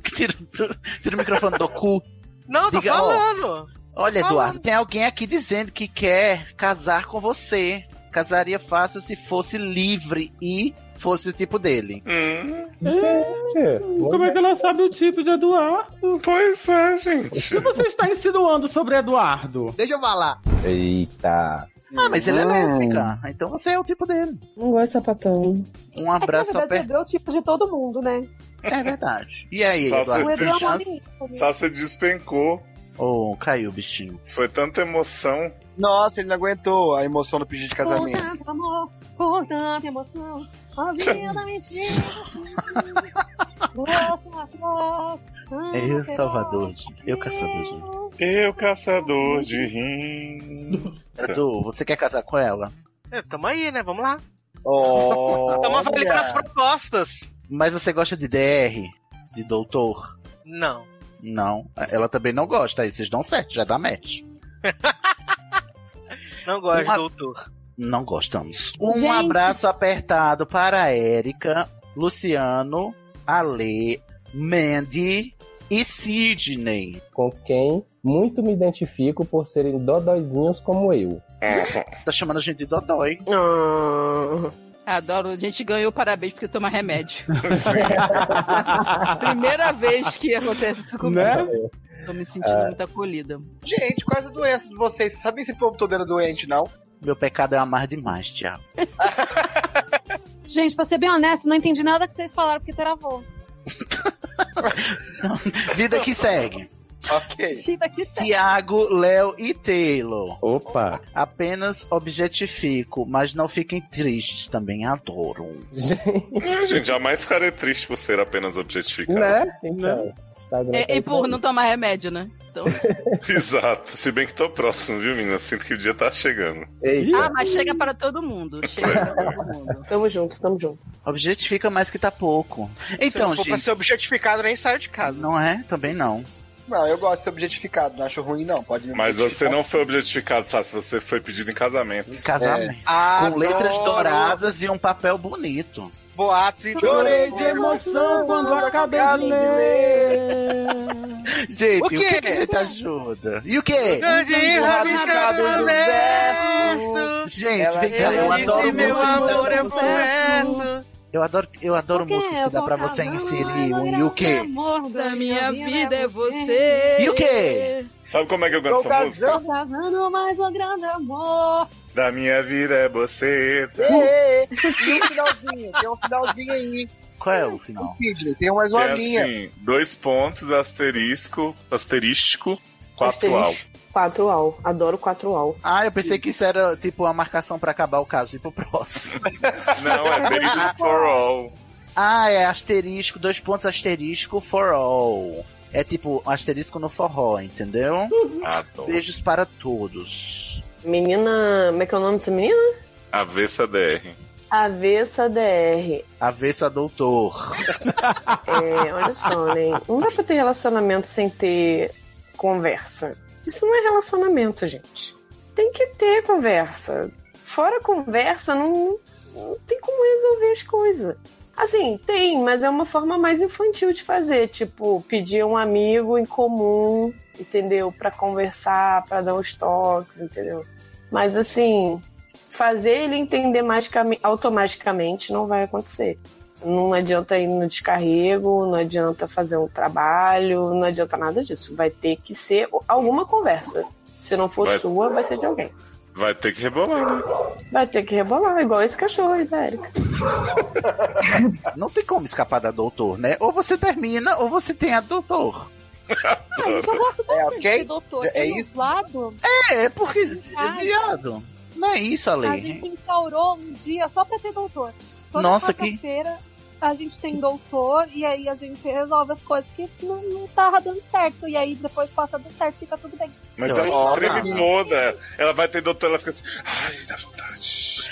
S1: Tira, tira- tira o microfone do cu.
S7: Não, tô
S1: Diga, ó,
S7: falando.
S1: Olha,
S7: Falando.
S1: Eduardo, tem alguém aqui dizendo que quer casar com você. Casaria fácil se fosse livre e fosse o tipo dele.
S9: Gente, como é que ela sabe o tipo de Eduardo?
S4: Pois é, gente.
S9: O que você está insinuando sobre Eduardo?
S6: Deixa eu falar.
S5: Eita.
S1: Ah, mas ele é
S5: Hum.
S1: lésbica. Então você é o tipo dele.
S3: Não gosto de sapatão.
S1: Um
S2: É que, na
S1: abraço
S2: verdade,
S1: apertado.
S2: Edu é o tipo de todo mundo, né?
S1: É verdade. E aí,
S4: Só
S1: Eduardo?
S2: O Edu é
S1: tem
S2: um
S1: chance?
S2: homem.
S4: Sasser despencou.
S1: Oh, caiu o bichinho.
S4: Foi tanta emoção.
S13: Nossa, ele não aguentou a emoção do pedido de
S2: Com
S13: casamento.
S2: tanto amor, com tanta emoção, a vida me fez assim. Grosso, atroz,
S1: Eu,
S2: amo,
S1: Salvador. de- Eu, caçador. de-
S4: Eu, caçador de rim.
S1: Edu, você quer casar com ela?
S7: É, tamo aí, né? Vamos lá.
S13: Oh,
S1: Então,
S7: Tamo avaliando as propostas.
S1: Mas você gosta de DR? De doutor?
S7: Não.
S1: Não. Ela também não gosta. Aí vocês dão certo, já dá match.
S7: Não gosto,
S1: Uma-
S7: doutor.
S1: Não gostamos. Um
S2: Gente.
S1: abraço apertado para a Érica, Luciano, Ale, Mandy e Sidney.
S5: Com quem muito me identifico por serem dodóizinhos como eu.
S1: Tá chamando a gente de Dodói. Ah.
S10: Adoro, a gente ganhou parabéns porque toma remédio. Primeira vez que acontece isso comigo.
S12: Né?
S10: Tô me sentindo
S1: É.
S12: Ah.
S10: muito acolhida.
S13: Gente, quais as doenças de vocês? Vocês Sabem se o povo todo
S1: é
S13: era doente, não?
S1: Meu pecado é amar demais, Thiago.
S2: Gente, pra ser bem honesto, não entendi nada que vocês falaram porque travou.
S1: Vida que segue.
S13: Ok.
S2: Vida que segue.
S1: Tiago, Léo e Taylor.
S5: Opa!
S1: Apenas objetifico, mas não fiquem tristes, também adoro.
S4: Gente, jamais ficarei triste por ser apenas objetificado.
S5: Né? Então, tá
S1: Né?
S5: bom.
S10: É, E, e por não tomar remédio, né? Então...
S4: Exato. Se bem que tô próximo, viu, menina? Sinto que o dia tá chegando.
S10: Ah, mas chega para todo mundo. Chega.
S1: Tamo junto, tamo junto. Objetifica mais que tá pouco.
S7: não
S13: é
S1: Então,
S7: for pra
S1: gente.
S7: ser objetificado, nem saio de casa.
S1: Não é? Também não.
S13: Não, eu gosto de ser objetificado, não acho ruim, não. Pode me
S4: Mas você não foi objetificado, Sassi. Você foi pedido em casamento. Em
S1: Casamento. Com letras douradas e um papel bonito.
S7: Boatos e
S1: Chorei
S7: tudo.
S1: de emoção
S9: quando acabei de
S1: Gente,
S7: O
S1: o, que
S7: quê?
S1: que a gente ajuda? E o quê?
S7: Grande
S1: então,
S7: rabiscado do verso.
S1: Gente, vem cá,
S7: Ela
S1: eu
S7: disse,
S1: adoro
S7: meu
S1: música.
S7: amor, eu confesso.
S1: Eu adoro, eu adoro
S7: quê?
S1: músicas
S7: Eu
S1: que dá
S7: vou
S1: pra você inserir um e o quê?
S2: Amor
S16: da minha vida é
S2: você.
S1: E o quê?
S4: Sabe como é que eu gosto dessa música?
S2: Tô casando, mas o grande amor.
S4: Da minha vida é você.
S13: Ê, ê, Tem um finalzinho, tem um finalzinho aí.
S1: Qual é o final?
S13: Sidney, tem mais uma
S4: é
S13: linha.
S4: assim, dois pontos, asterisco, asterístico, quatro al.
S1: Quatro al. Adoro quatro al. Ah, eu pensei que isso era tipo uma marcação pra acabar o caso e ir pro próximo.
S4: Não, é beijos for all.
S1: Ah, é asterisco, dois pontos asterisco for all. É tipo um asterisco no forró, entendeu?
S4: Ah,
S1: Beijos para todos.
S17: Menina. Como é que é o nome dessa menina?
S4: Avessa DR.
S17: Avessa DR.
S1: Avesso a doutor.
S17: É, olha só, né? Não dá pra ter relacionamento sem ter conversa. Isso não é relacionamento, gente. Tem que ter conversa. Fora conversa, não, não tem como resolver as coisas. Assim, tem, mas é uma forma mais infantil de fazer. Tipo, pedir um amigo em comum, entendeu? Pra conversar, pra dar uns toques, entendeu? Mas assim, fazer ele entender magicamente, automaticamente não vai acontecer. Não adianta ir no descarrego, não adianta fazer um trabalho, não adianta nada disso. Vai ter que ser alguma conversa. Se não for
S4: Vai-
S17: sua, vai ser de alguém.
S4: Vai ter que rebolar, né?
S17: Vai ter que rebolar, igual esse cachorro aí da Erika.
S1: Não tem como escapar da doutor, né? Ou você termina, ou você tem a doutor.
S2: Mas eu gosto bastante de doutor.
S1: É
S2: Tem um
S1: isso?
S2: lado.
S1: É, é porque é
S2: Ai,
S1: viado. Não é isso, Ale.
S2: A gente instaurou um dia só pra ter doutor. Toda
S1: Nossa, que-
S2: quarta-feira a gente tem doutor e aí a gente resolve as coisas que não, não tava dando certo. E aí depois passa dando certo, fica tudo bem.
S4: Mas
S5: Eu
S4: ela
S5: acho que
S4: treme
S5: não.
S4: toda. Ela vai ter doutor, ela fica assim. Ai, dá vontade.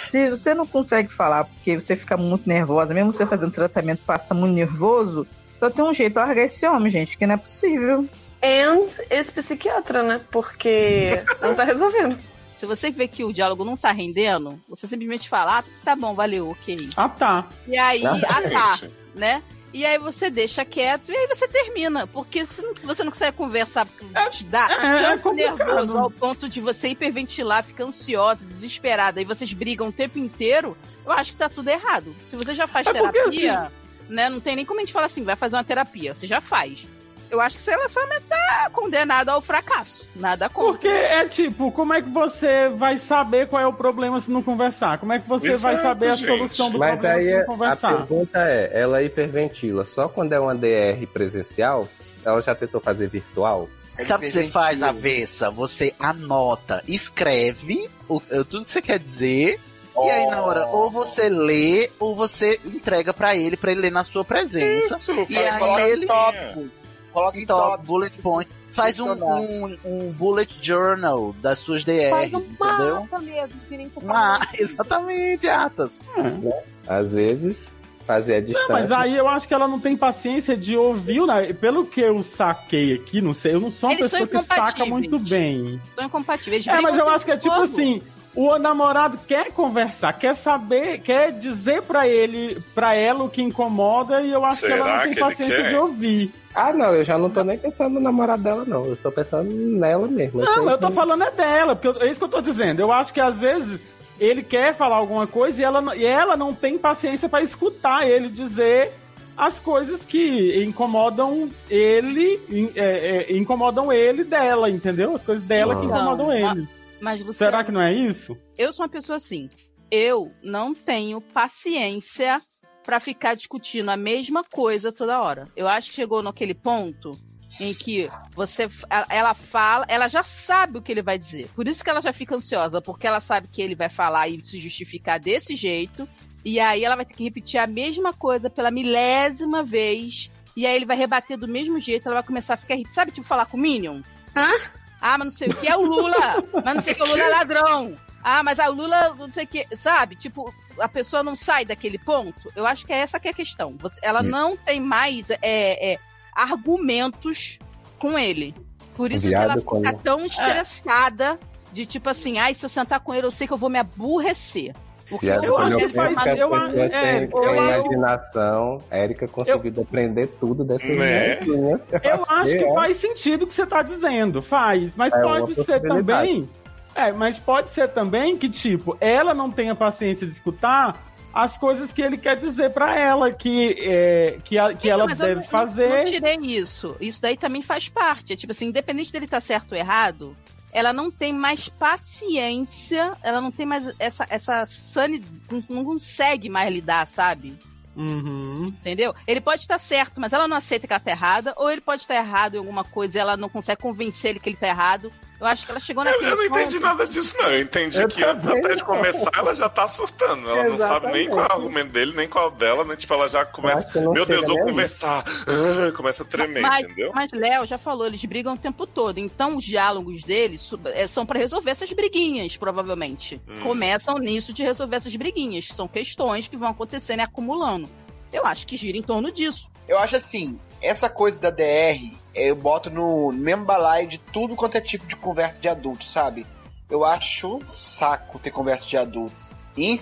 S12: Se você não consegue falar porque você fica muito nervosa, mesmo você fazendo tratamento, passa muito nervoso, só tem um jeito, largar esse homem, gente, que não é possível.
S17: And esse psiquiatra, né? Porque não tá resolvendo.
S10: Se você vê que o diálogo não tá rendendo, você simplesmente fala, ah, tá bom, valeu, ok.
S8: Ah, tá.
S10: E aí,
S8: Exatamente.
S10: ah tá, né? E aí você deixa quieto e aí você termina. Porque se não- você não consegue conversar, porque te dá
S12: é
S10: tanto
S12: complicado.
S10: nervoso ao ponto de você hiperventilar, fica ansiosa, desesperada, e vocês brigam o tempo inteiro, eu acho que tá tudo errado. Se você já faz
S12: É porque,
S10: terapia,
S12: assim,
S10: né? Não tem nem como a gente falar assim, vai fazer uma terapia, você já faz. Eu acho que esse relacionamento tá condenado ao fracasso. Nada contra.
S8: Porque é tipo, como é que você vai saber qual é o problema se não conversar? Como é que você vai
S5: Exato,
S8: saber
S5: gente.
S8: a solução do
S5: Mas
S8: problema se
S5: aí
S8: não
S5: a
S8: conversar?
S5: pergunta é, ela hiperventila. Só quando é uma DR presencial, ela já tentou fazer virtual?
S4: É
S1: Sabe o que você faz, avessa? Você anota, escreve o, tudo que você quer dizer. E aí, na hora,
S13: Oh.
S1: ou você lê, ou você entrega pra ele, pra ele ler na sua presença.
S13: Isso,
S1: e
S13: faz- coloca
S1: aí
S13: em
S1: ele.
S13: tópico. Coloca em
S1: Top,
S13: tópico.
S1: bullet point. Faz um, um, um bullet journal das suas DRs,
S2: Faz um
S1: É, entendeu?
S2: mapa mesmo, que nem você
S1: Uma-
S2: falou.
S1: exatamente, atas.
S5: É. Às vezes, fazer a
S8: Não,
S5: distância.
S8: mas aí eu acho que ela não tem paciência de ouvir, né? Pelo que eu saquei aqui, não sei, eu não sou uma
S10: Eles são
S8: pessoa que saca
S10: incompatíveis.
S8: muito bem.
S10: São incompatíveis.
S8: É, mas eu acho que é tipo
S10: assim.
S8: assim, O namorado quer conversar, quer saber, quer dizer pra ele, para ela o que incomoda e eu acho que ela
S4: Será
S8: não tem
S4: que ele
S8: paciência
S4: quer?
S8: de ouvir.
S5: Ah, não, eu já não tô nem pensando no namorado dela, não. Eu tô pensando nela mesmo.
S8: Não,
S5: sei
S8: eu tô
S5: que-
S8: falando é dela, porque eu- é isso que eu tô dizendo. Eu acho que às vezes ele quer falar alguma coisa e ela, não- e ela não tem paciência pra escutar ele dizer as coisas que incomodam ele, in- é, é, incomodam ele dela, entendeu? As coisas dela que
S10: Então,
S8: incomodam ele.
S10: Mas você.
S8: Será que não é isso?
S10: Eu sou uma pessoa assim. Eu não tenho paciência pra ficar discutindo a mesma coisa toda hora. Eu acho que chegou naquele ponto em que você ela- ela fala, ela já sabe o que ele vai dizer. Por isso que ela já fica ansiosa, porque ela sabe que ele vai falar e se justificar desse jeito, e aí ela vai ter que repetir a mesma coisa pela milésima vez, e aí ele vai rebater do mesmo jeito, ela vai começar a ficar irritada. Sabe, tipo falar com o Minion? Hã? Ah, mas não sei o que é o Lula. Mas não sei o que o Lula é ladrão. Ah, mas ah, o Lula não sei o que. Sabe? Tipo, a pessoa não sai daquele ponto. Eu acho que é essa que é a questão. Você- ela não tem mais é, é, argumentos com ele. Por isso
S5: Viado
S10: que
S5: com-
S10: ela fica tão estressada de tipo assim, ai, se eu sentar com ele, eu sei que eu vou me aborrecer. Porque
S5: Viado,
S10: eu,
S5: quando
S10: acho
S5: eu
S10: que é
S5: penso
S10: ele vai
S5: que as
S10: matar-
S5: pessoas têm- têm
S8: é, eu-
S5: imaginação, a Erika conseguiu aprender tudo dessas
S8: Né?
S5: menininhas.
S8: Eu acho que
S5: é.
S8: faz sentido o que você tá dizendo, faz. Mas
S5: É uma
S8: pode ser
S5: possibilidade.
S8: também. É, mas pode ser também que, tipo, ela não tenha paciência de escutar as coisas que ele quer dizer pra ela, que, é, que, a- que ela
S10: Mas eu
S8: deve
S10: não- Não
S8: fazer.
S10: tirei isso. Isso daí também faz parte. É tipo assim, independente dele estar certo ou errado, ela não tem mais paciência, ela não tem mais essa, essa sane. não- Não consegue mais lidar, sabe?
S8: Uhum.
S10: Entendeu? Ele pode estar certo, mas ela não aceita que ela tá errada, ou ele pode estar errado em alguma coisa e ela não consegue convencer ele que ele tá errado. Eu acho que ela chegou
S4: Eu,
S10: naquele
S4: eu não entendi
S10: ponto-
S4: nada disso, não. Eu entendi
S10: Eu
S4: que antes
S10: também
S4: até de
S10: não.
S4: começar ela já tá surtando. Ela não sabe nem qual é o argumento dele, nem qual é o dela, né? Tipo, ela já começa.
S5: acho que não
S4: Meu
S5: chega
S4: Deus, vou
S5: nem aí.
S4: conversar. Ah, começa a tremer,
S10: mas,
S4: entendeu?
S10: mas Léo já falou, eles brigam o tempo todo. Então os diálogos deles su- é, são pra resolver essas briguinhas, provavelmente.
S4: Hum.
S10: Começam nisso de resolver essas briguinhas. que São questões que vão acontecendo e acumulando. Eu acho que gira em torno disso.
S6: Eu acho assim, essa coisa da DR, eu boto no mesmo balaio de tudo quanto é tipo de conversa de adulto, sabe? Eu acho um saco ter conversa de adulto.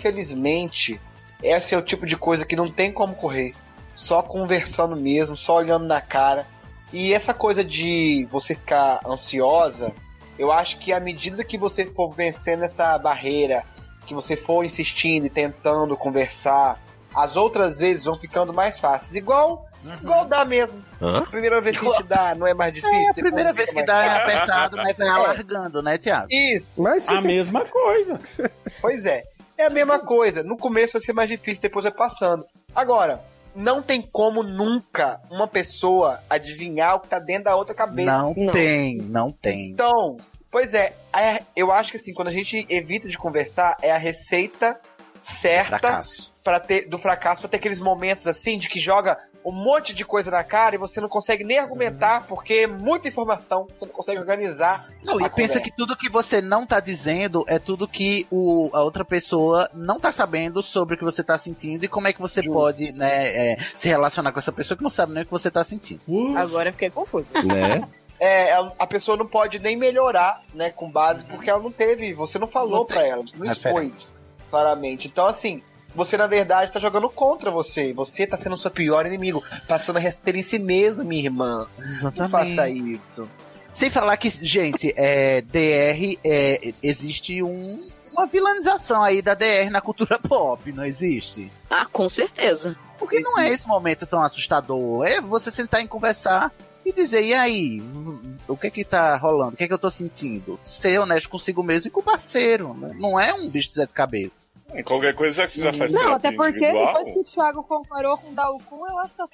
S6: Infelizmente, esse é o tipo de coisa que não tem como correr. Só conversando mesmo, só olhando na cara. E essa coisa de você ficar ansiosa, eu acho que à medida que você for vencendo essa barreira, que você for insistindo e tentando conversar, as outras vezes vão ficando mais fáceis. Igual, igual dá mesmo.
S1: Hã?
S6: Primeira vez que te dá, não é mais difícil.
S1: Uhum. É, a
S6: depois
S1: primeira
S6: fica
S1: vez que
S6: mais
S1: dá é
S6: fácil.
S1: apertado, mas vai
S6: É.
S1: alargando, né, Tiago?
S6: Isso.
S5: Mas
S8: A mesma coisa.
S6: Pois é. É a mesma coisa. No começo vai ser mais difícil, depois vai passando. Agora, não tem como nunca uma pessoa adivinhar o que tá dentro da outra cabeça.
S1: Não, tem, não tem.
S6: Então, pois é, a- eu acho que assim, quando a gente evita de conversar, é a receita certa
S1: Fracasso.
S6: para ter do fracasso, pra ter aqueles momentos assim de que joga um monte de coisa na cara e você não consegue nem argumentar porque é muita informação, você não consegue organizar.
S1: Uhum. Não,
S6: a
S1: e pensa
S6: conversa.
S1: que tudo que você não tá dizendo é tudo que o, a outra pessoa não tá sabendo sobre o que você tá sentindo e como é que você pode né, é, se relacionar com essa pessoa que não sabe nem o que você tá sentindo.
S11: Agora eu fiquei confusa.
S1: Né?
S6: É, a- a pessoa não pode nem melhorar, né, com base, porque ela não teve, você não falou pra ela, você não expôs, claramente. Então, assim, você, na verdade, tá jogando contra você. Você tá sendo o seu pior inimigo, passando a receber em si mesmo, minha irmã. Não faça isso.
S1: Sem falar que, gente, é, DR é, existe um- uma vilanização aí da DR na cultura pop, não existe?
S16: Ah, com certeza.
S1: Porque não é esse momento tão assustador. É você sentar e conversar e dizer, e aí, v- o que que tá rolando? O que que eu tô sentindo? Ser honesto consigo mesmo e com o parceiro. né? Não é um bicho de sete cabeças.
S4: Qualquer coisa já que você já faz
S2: Não,
S4: terapia
S2: até porque
S4: individual,
S2: depois que o Thiago comparou com o Dauku, eu acho que eu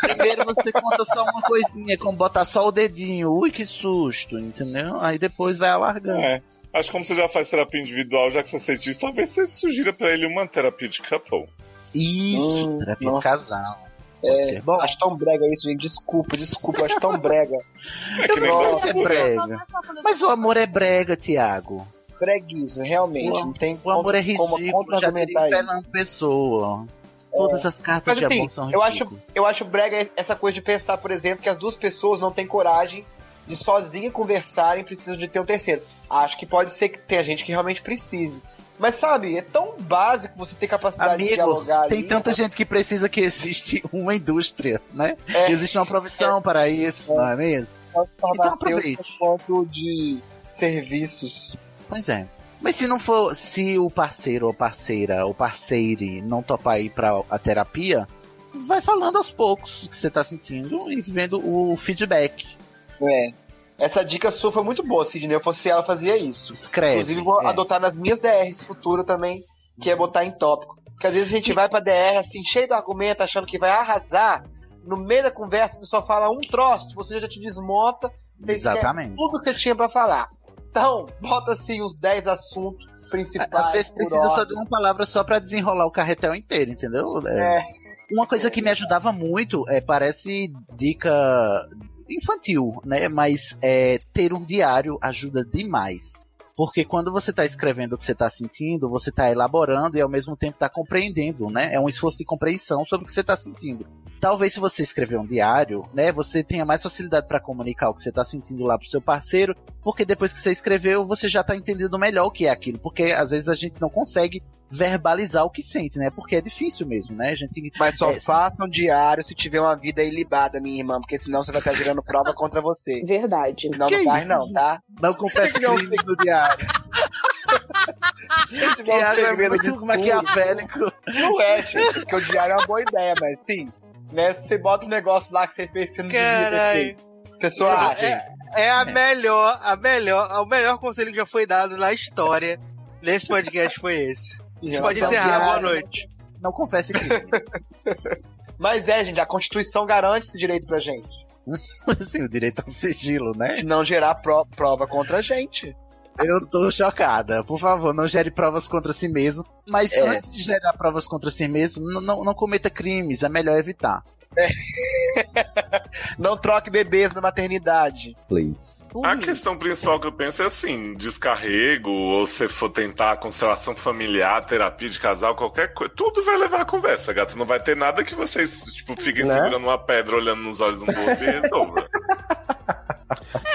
S1: Primeiro você conta só uma coisinha, como botar só o dedinho. Ui, que susto, entendeu? Aí depois vai alargando.
S4: É. Acho que como você já faz terapia individual, já que você sente isso, talvez você sugira pra ele uma terapia de couple.
S1: Isso,
S4: Hum,
S1: terapia de
S4: nossa.
S1: casal.
S6: É, acho tão brega isso, gente. Desculpa, desculpa, acho tão brega.
S1: É que nem
S6: Nossa,
S1: Nossa, é brega. Mas o amor é brega, Tiago.
S6: Breguismo, realmente.
S1: O-
S6: não tem
S1: O amor é ridículo, já
S6: como,
S1: teria
S6: contra-argumentar isso. É.
S1: Fernando Pessoa. Todas as cartas
S6: Mas,
S1: de
S6: assim,
S1: amor são
S6: eu
S1: ridículas.
S6: acho, eu acho brega essa coisa de pensar, por exemplo, que as duas pessoas não têm coragem de sozinha conversarem precisam de ter um terceiro. Acho que pode ser que tenha gente que realmente precise. Mas sabe, é tão básico você ter capacidade
S1: Amigo,
S6: de dialogar.
S1: tem
S6: ali,
S1: tanta
S6: né?
S1: gente que precisa que existe uma indústria, né?
S6: É.
S1: existe uma profissão para isso,
S6: É.
S1: não é mesmo?
S6: Tanto
S1: aproveite.
S6: farmacêutico quanto de serviços.
S1: Pois é. Mas se não for, se o parceiro ou parceira ou parceire não topar ir pra a terapia, vai falando aos poucos o que você tá sentindo e vendo o feedback.
S6: É. Essa dica sua foi muito boa, Sidney. Eu fosse ela, fazia é isso.
S1: Escreve.
S6: Inclusive, vou
S1: é.
S6: adotar nas minhas DRs futuro também, que é botar em tópico. Porque às vezes a gente vai pra DR assim, cheio de argumento, achando que vai arrasar. No meio da conversa, a pessoa fala um troço, você já te desmonta. Você esquece
S1: Exatamente.
S6: Tudo que você tinha pra falar. Então, bota assim os 10 assuntos principais.
S1: Às vezes
S6: por
S1: precisa só
S6: ordem.
S1: de um uma palavra só pra desenrolar o carretel inteiro, entendeu? É.
S6: É.
S1: Uma coisa que me ajudava muito, é, parece dica infantil, né? Mas é, ter um diário ajuda demais. Porque quando você tá escrevendo o que você tá sentindo, você tá elaborando e ao mesmo tempo tá compreendendo, né? É um esforço de compreensão sobre o que você tá sentindo. Talvez se você escrever um diário, né, você tenha mais facilidade pra comunicar o que você tá sentindo lá pro seu parceiro, porque depois que você escreveu, você já tá entendendo melhor o que é aquilo, porque às vezes a gente não consegue verbalizar o que sente, né? Porque é difícil mesmo, né? A gente
S6: Mas só
S1: é,
S6: faça um diário se tiver uma vida ilibada, minha irmã, porque senão você vai estar girando prova contra você.
S17: Verdade.
S6: Não, não
S1: Que
S6: vai
S1: isso,
S6: não, tá?
S1: não confessa
S6: Se tiver um
S1: crimes no diário.
S6: Se tiver um
S1: Tiago é
S6: segredo de
S1: muito
S6: tudo,
S1: maquiavélico.
S6: Não é, gente, porque o diário é uma boa ideia, mas sim. Né, se você bota um negócio lá que você fez, que você não devia ter
S7: Caralho.
S6: feito. A Pessoa ah, acha.
S7: É, é a melhor, a melhor, o melhor conselho que já foi dado na história desse podcast foi esse. Você
S6: Já
S7: pode
S6: tá
S7: encerrar, boa
S6: diário.
S7: noite.
S1: Não confesse crime.
S6: Mas é, gente, a Constituição garante esse direito pra gente.
S1: assim, o direito ao sigilo, né?
S6: De não gerar pro- prova contra a gente.
S1: Eu tô chocada. Por favor, não gere provas contra si mesmo. Mas
S6: É.
S1: antes de gerar provas contra si mesmo, não, não, não cometa crimes. É melhor evitar.
S6: É. Não troque bebês na maternidade.
S5: Please.
S4: A questão principal que eu penso é assim: descarrego, ou se for tentar constelação familiar, terapia de casal, qualquer coisa, tudo vai levar a conversa, gato. Não vai ter nada que vocês, tipo, fiquem
S9: Né?
S4: segurando uma pedra, olhando nos olhos um do outro e resolva.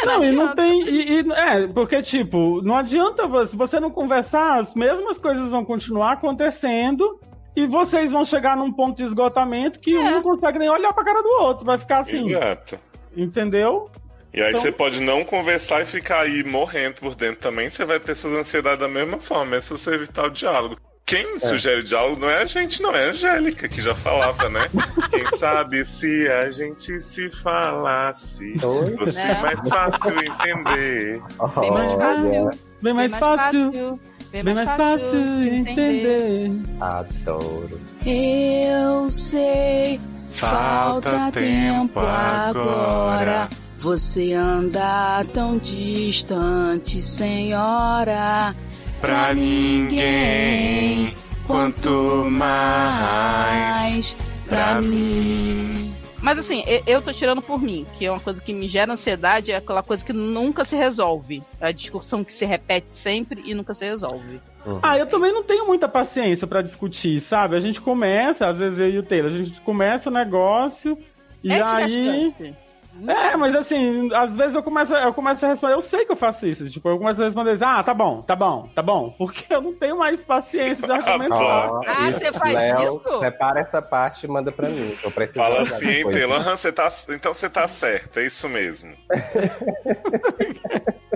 S8: não, e não tem. E, e- é, porque, tipo, não adianta você, se você não conversar, as mesmas coisas vão continuar acontecendo. E vocês vão chegar num ponto de esgotamento que um não consegue nem olhar pra cara do outro. Vai ficar assim.
S4: Exato.
S8: Entendeu?
S4: E aí
S8: Então-
S4: você pode não conversar e ficar aí morrendo por dentro também, você vai ter suas ansiedades da mesma forma, é se você evitar o diálogo. Quem sugere diálogo não é a gente, não, é a Angélica, que já falava, né? Quem sabe se a gente se falasse,
S5: Oi?
S4: fosse
S5: Né?
S4: mais fácil entender.
S5: Bem mais fácil.
S8: Bem mais fácil. Bem mais fácil
S16: de
S8: entender.
S5: Adoro.
S16: Eu sei, falta,
S5: Falta
S16: tempo
S5: tempo
S16: agora.
S5: agora.
S16: Você anda tão distante, senhora.
S14: Pra ninguém, quanto mais pra mim.
S10: Mas assim, e- eu tô tirando por mim, que é uma coisa que me gera ansiedade, é aquela coisa que nunca se resolve. É a discussão que se repete sempre e nunca se resolve.
S8: Ah, eu também não tenho muita paciência pra discutir, sabe? A gente começa, às vezes eu e o Taylor, a gente começa o negócio e
S10: É
S8: aí.
S10: desgastante.
S8: É, mas assim, às vezes eu começo, eu começo a responder, eu sei que eu faço isso, tipo, eu começo a responder, assim, ah, tá bom, tá bom, tá bom, porque eu não tenho mais paciência de argumentar.
S5: Ó,
S10: Ah,
S5: isso,
S10: você faz
S5: Léo,
S10: isso?
S5: Prepara essa parte e manda pra mim. que Eu preciso
S4: Fala
S5: usar
S4: assim, hein,
S5: depois.
S4: Taylor? Aham, você tá, então você tá certo, é isso mesmo.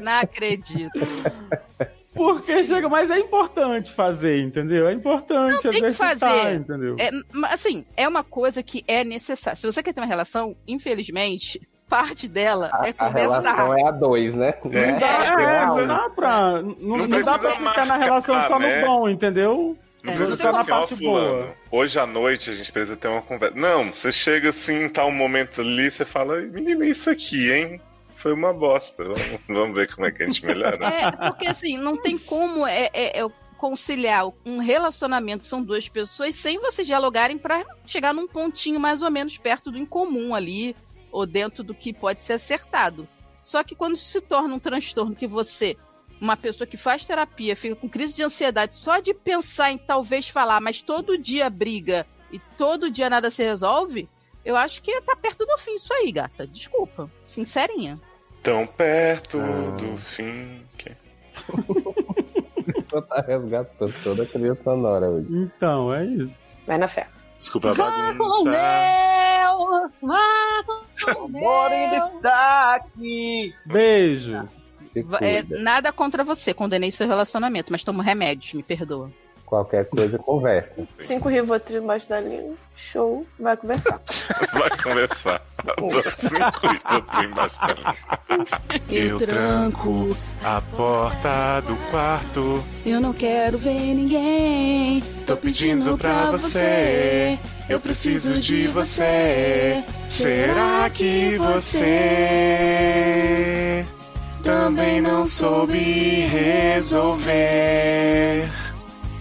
S10: Não acredito.
S8: Porque chega, mas é importante fazer, entendeu? É importante
S10: Não, tem que
S8: exercitar,
S10: fazer.
S8: entendeu?
S10: É, mas, assim, é uma coisa que é necessária. Se você quer ter uma relação, infelizmente, parte dela é
S5: A
S10: conversar.
S5: relação é a dois, né?
S8: Não dá,
S5: É,
S8: é,
S5: real.
S8: não dá pra. Não, não dá
S4: precisa
S8: pra ficar na
S4: marcar,
S8: relação só no
S4: né?
S8: bom, entendeu?
S4: Não
S8: É,
S4: precisa
S8: só
S4: falar
S8: na
S4: assim, ó,
S8: parte boa.
S4: fulano, hoje à noite a gente precisa ter uma conversa. Não, você chega assim, em tal momento ali, você fala, menina, é isso aqui, hein? Foi uma bosta. Vamos, vamos ver como é que a gente melhora.
S10: É, porque assim, não tem como é, é- é conciliar um relacionamento que são duas pessoas sem vocês dialogarem pra chegar num pontinho mais ou menos perto do incomum ali, ou dentro do que pode ser acertado. Só que quando isso se torna um transtorno que você, uma pessoa que faz terapia, fica com crise de ansiedade só de pensar em talvez falar, mas todo dia briga e todo dia nada se resolve, eu acho que tá perto do fim isso aí, gata. Desculpa. Sincerinha.
S4: Tão perto do fim. Que...
S5: Só tá resgatando toda a trilha sonora hoje.
S8: Então, é isso.
S17: Vai na fé.
S4: Desculpa a
S14: Vá com
S4: bagunça.
S14: é. Deus! Vá com
S6: Bora
S14: Deus!
S6: destaque!
S8: Beijo.
S10: Va- é, nada contra você, condenei seu relacionamento, mas tomo remédios, me perdoa.
S5: Qualquer coisa, conversa.
S17: Cinco Rivotril embaixo da língua. Show. Vai conversar.
S4: Vai conversar. Adoro Cinco minutos embaixo da língua.
S9: Eu tranco
S4: a porta do quarto.
S9: Eu não quero ver ninguém. Tô pedindo pra você. Eu preciso de você. Será que você também não soube resolver?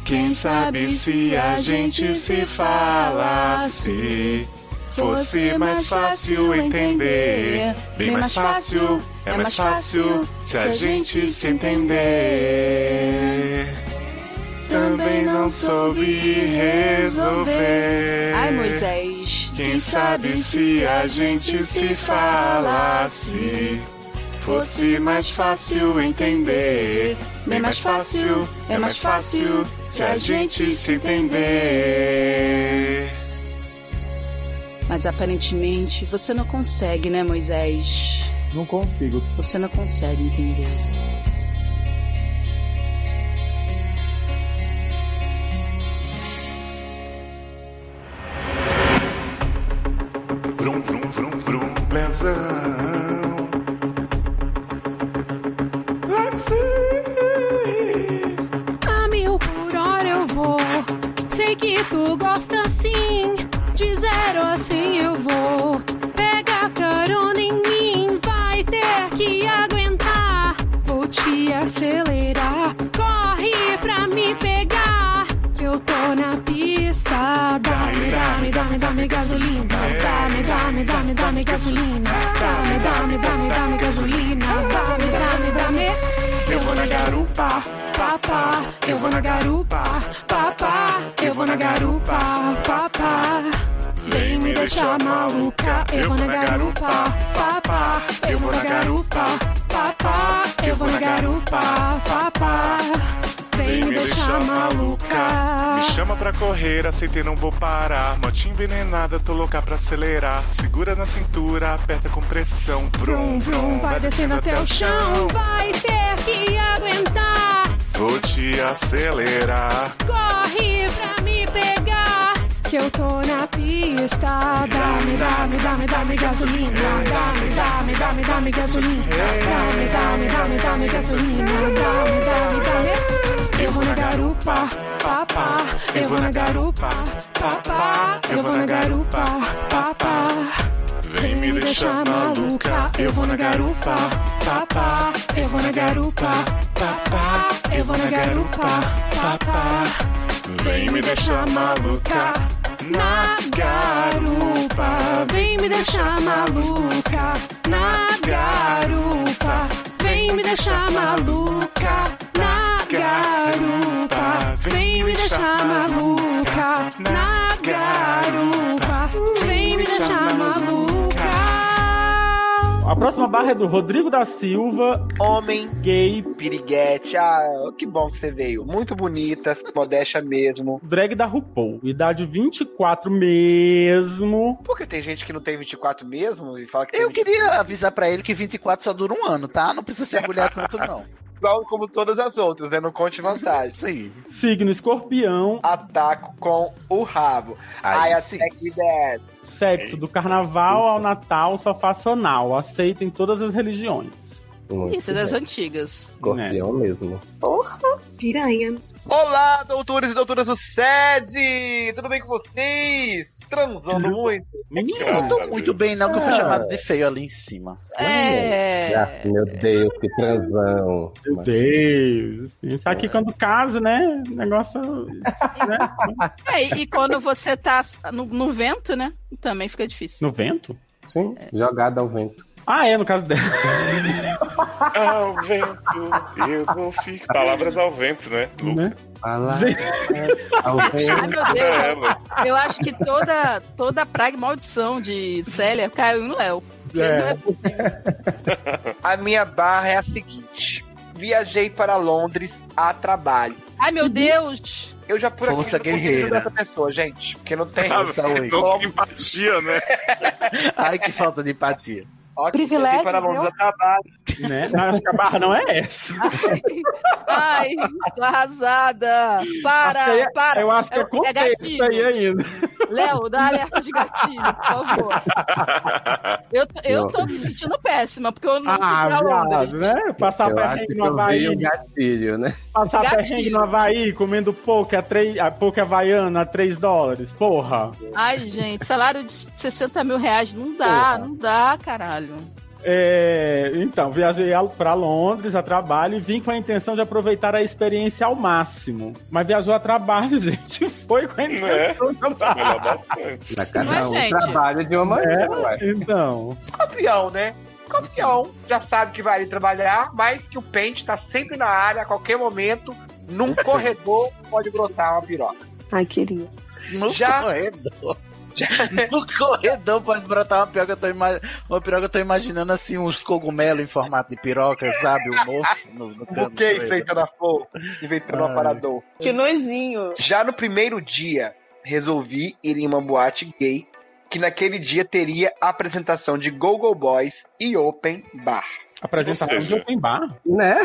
S9: Quem sabe se a gente se falasse? Fosse mais fácil entender. Bem mais fácil, é mais fácil se a gente se entender. Também não soube resolver.
S16: Ai,
S9: Moisés.
S16: Quem sabe se a gente se falasse?
S9: Fosse mais fácil entender. Bem mais fácil, é mais fácil se a gente se entender. Mas aparentemente você não consegue, né, Moisés?
S8: Não consigo.
S9: Você não consegue entender.
S4: Vrum, vrum, vrum, vrum, lesão.
S14: A mil por hora eu vou. Sei que tu gosta assim. De zero assim eu vou. Pega carona em mim. Vai ter que aguentar. Vou te acelerar. Corre pra me pegar. Que eu tô na pista. Dá-me, dá-me, dá-me, dá-me gasolina. Dá-me, dá-me, dá-me, dá-me gasolina. Dá-me, dá-me, dá-me, dá-me gasolina. Dá-me, dá-me, dá-me. Eu vou na garupa, papá. Eu vou na garupa, papá. Eu vou na garupa, papá. Vem me deixar maluca. Eu vou na garupa, papá. Eu vou na garupa, papá. Eu vou na garupa, papá. Vem me deixar maluca.
S4: Me chama pra correr, aceitei, não vou parar. Motinha envenenada, tô louca pra acelerar. Segura na cintura, aperta com pressão. Vrum, vrum,
S14: Vai descendo até o chão. Vai ter que aguentar.
S4: Vou te acelerar.
S14: Corre pra me pegar, que eu tô na pista. Dá-me, dá-me, dá-me, dá-me gasolina. Dá-me, dá-me, dá-me, dá-me gasolina. Dá-me, dá-me, dá-me, dá-me gasolina. Dá-me, dá-me, dá-me. Eu vou na garupa, papá. Eu vou na garupa, papá. Eu vou na garupa, papá. Vem me deixar maluca. Eu vou na garupa, papá. Eu vou na garupa, papá. Eu vou na garupa, papá.
S4: Vem me deixar maluca.
S14: Na garupa, vem me deixar maluca. Na garupa, vem me deixar maluca. Na garupa, vem me deixar maluca. Na garupa, vem me deixar maluca.
S8: A próxima barra é do Rodrigo da Silva.
S6: Homem.
S8: Gay.
S6: Piriguete. Ah, que bom que você veio. Muito bonita, modéstia mesmo.
S8: Drag da RuPaul. Idade 24 mesmo.
S6: Porque tem gente que não tem 24 mesmo e fala que
S1: Eu
S6: tem um
S1: queria avisar pra ele que 24 só dura um ano, tá? Não precisa se orgulhar tanto, não.
S6: igual como todas as outras, né? Não conte vantagem.
S1: Sim.
S8: Signo escorpião.
S6: Ataco com o rabo. Ai, até que der.
S8: Sexo do carnaval ao Natal só faço anal. Aceito em todas as religiões.
S10: Isso é das antigas.
S5: Escorpião
S8: Né?
S5: mesmo.
S6: Porra, piranha. Olá, doutores e doutoras do SED! Tudo bem com vocês? Transando muito? Ah.
S1: Não tô muito bem, não, que eu fui
S8: Ah.
S1: chamado de feio ali em cima.
S10: É.
S5: Ah, meu Deus, que transão. É.
S8: Meu Deus, assim. Isso aqui quando casa, né? Negócio.
S10: É, e, e quando você tá no, no vento, né? Também fica difícil.
S8: No vento?
S5: Sim, jogada ao vento.
S8: Ah, é, no caso dela.
S4: Ao vento, eu vou ficar. Palavras ao vento, né?
S8: Né?
S5: ao
S10: Ai, meu Deus.
S4: Ela.
S10: Eu acho que toda, toda a praga e maldição de Célia caiu no Léo.
S6: porque não é possível. A minha barra é a seguinte: viajei para Londres a trabalho.
S10: Ai, meu Deus!
S6: Eu já por
S1: Força
S6: aqui não consigo
S1: guerreira.
S6: ajudar essa pessoa, gente, porque não tem
S1: Ah, saúde.
S6: Logo,
S4: empatia, né?
S1: Ai, que falta de empatia.
S6: ó, que
S1: Privilégios,
S6: viajei para Londres
S1: eu?
S6: a trabalho.
S1: Né?
S8: Não, acho que a barra não é essa.
S10: Ai, tô arrasada. Para,
S8: Acho que aí é-
S10: para.
S8: Eu acho que é
S10: gatilho.
S8: contexto aí ainda.
S10: Léo, dá alerta de gatilho, por favor. Eu, tô- eu tô me sentindo péssima, porque eu não
S8: Ah,
S10: fui pra Londres.
S8: viado, né? Passar
S5: eu acho
S8: perrengue
S5: que
S8: no
S5: eu vi
S8: Havaí.
S5: o gatilho, né?
S8: Passar
S10: Gatilho.
S8: perrengue no Havaí comendo pouca, três, a pouca havaiana a 3 dólares. Porra.
S10: Ai, gente, salário de 60 mil reais não dá,
S8: Porra.
S10: não dá, caralho.
S8: É, então, viajei para Londres a trabalho e vim com a intenção de aproveitar a experiência ao máximo. Mas viajou a trabalho, gente. Foi com a
S5: Né?
S8: intenção de
S4: Melhor
S8: trabalho.
S4: bastante.
S9: é
S5: Cada um trabalha de uma
S8: É,
S5: maneira, ué.
S8: Então.
S6: Escorpião, né? Escorpião já sabe que vai ali trabalhar, mas que o pente tá sempre na área, a qualquer momento, num corredor pode brotar uma piroca.
S17: Ai, queria.
S1: No
S6: Já-
S1: corredor. é No corredor pode brotar uma piroca, eu tô, ima- uma piroca, eu tô imaginando assim, uns cogumelos em formato de piroca, sabe? Um mofo no, no canto.
S6: Porque enfrentando a flor, inventando um
S1: Ai.
S6: aparador.
S17: Que noizinho.
S6: Já no primeiro dia, resolvi ir em uma boate gay, que naquele dia teria a apresentação de Google Boys e Open Bar.
S8: Apresentação
S4: Ou
S8: de
S4: seja-
S8: open bar.
S5: Né?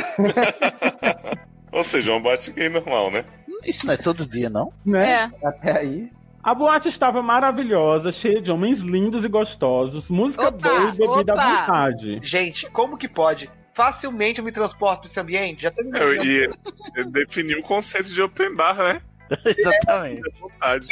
S4: Ou seja, um bate gay normal, né?
S1: Isso não é todo dia, não?
S8: Né?
S6: É.
S5: Até aí.
S8: A boate estava maravilhosa, cheia de homens lindos e gostosos, música
S6: Opa,
S8: boa e bebida
S6: opa.
S8: à vontade.
S6: Gente, como que pode? Facilmente eu me transporto pra esse ambiente. Já tô me
S4: Eu, e eu defini o conceito de open bar, né?
S1: Exatamente.
S4: À vontade.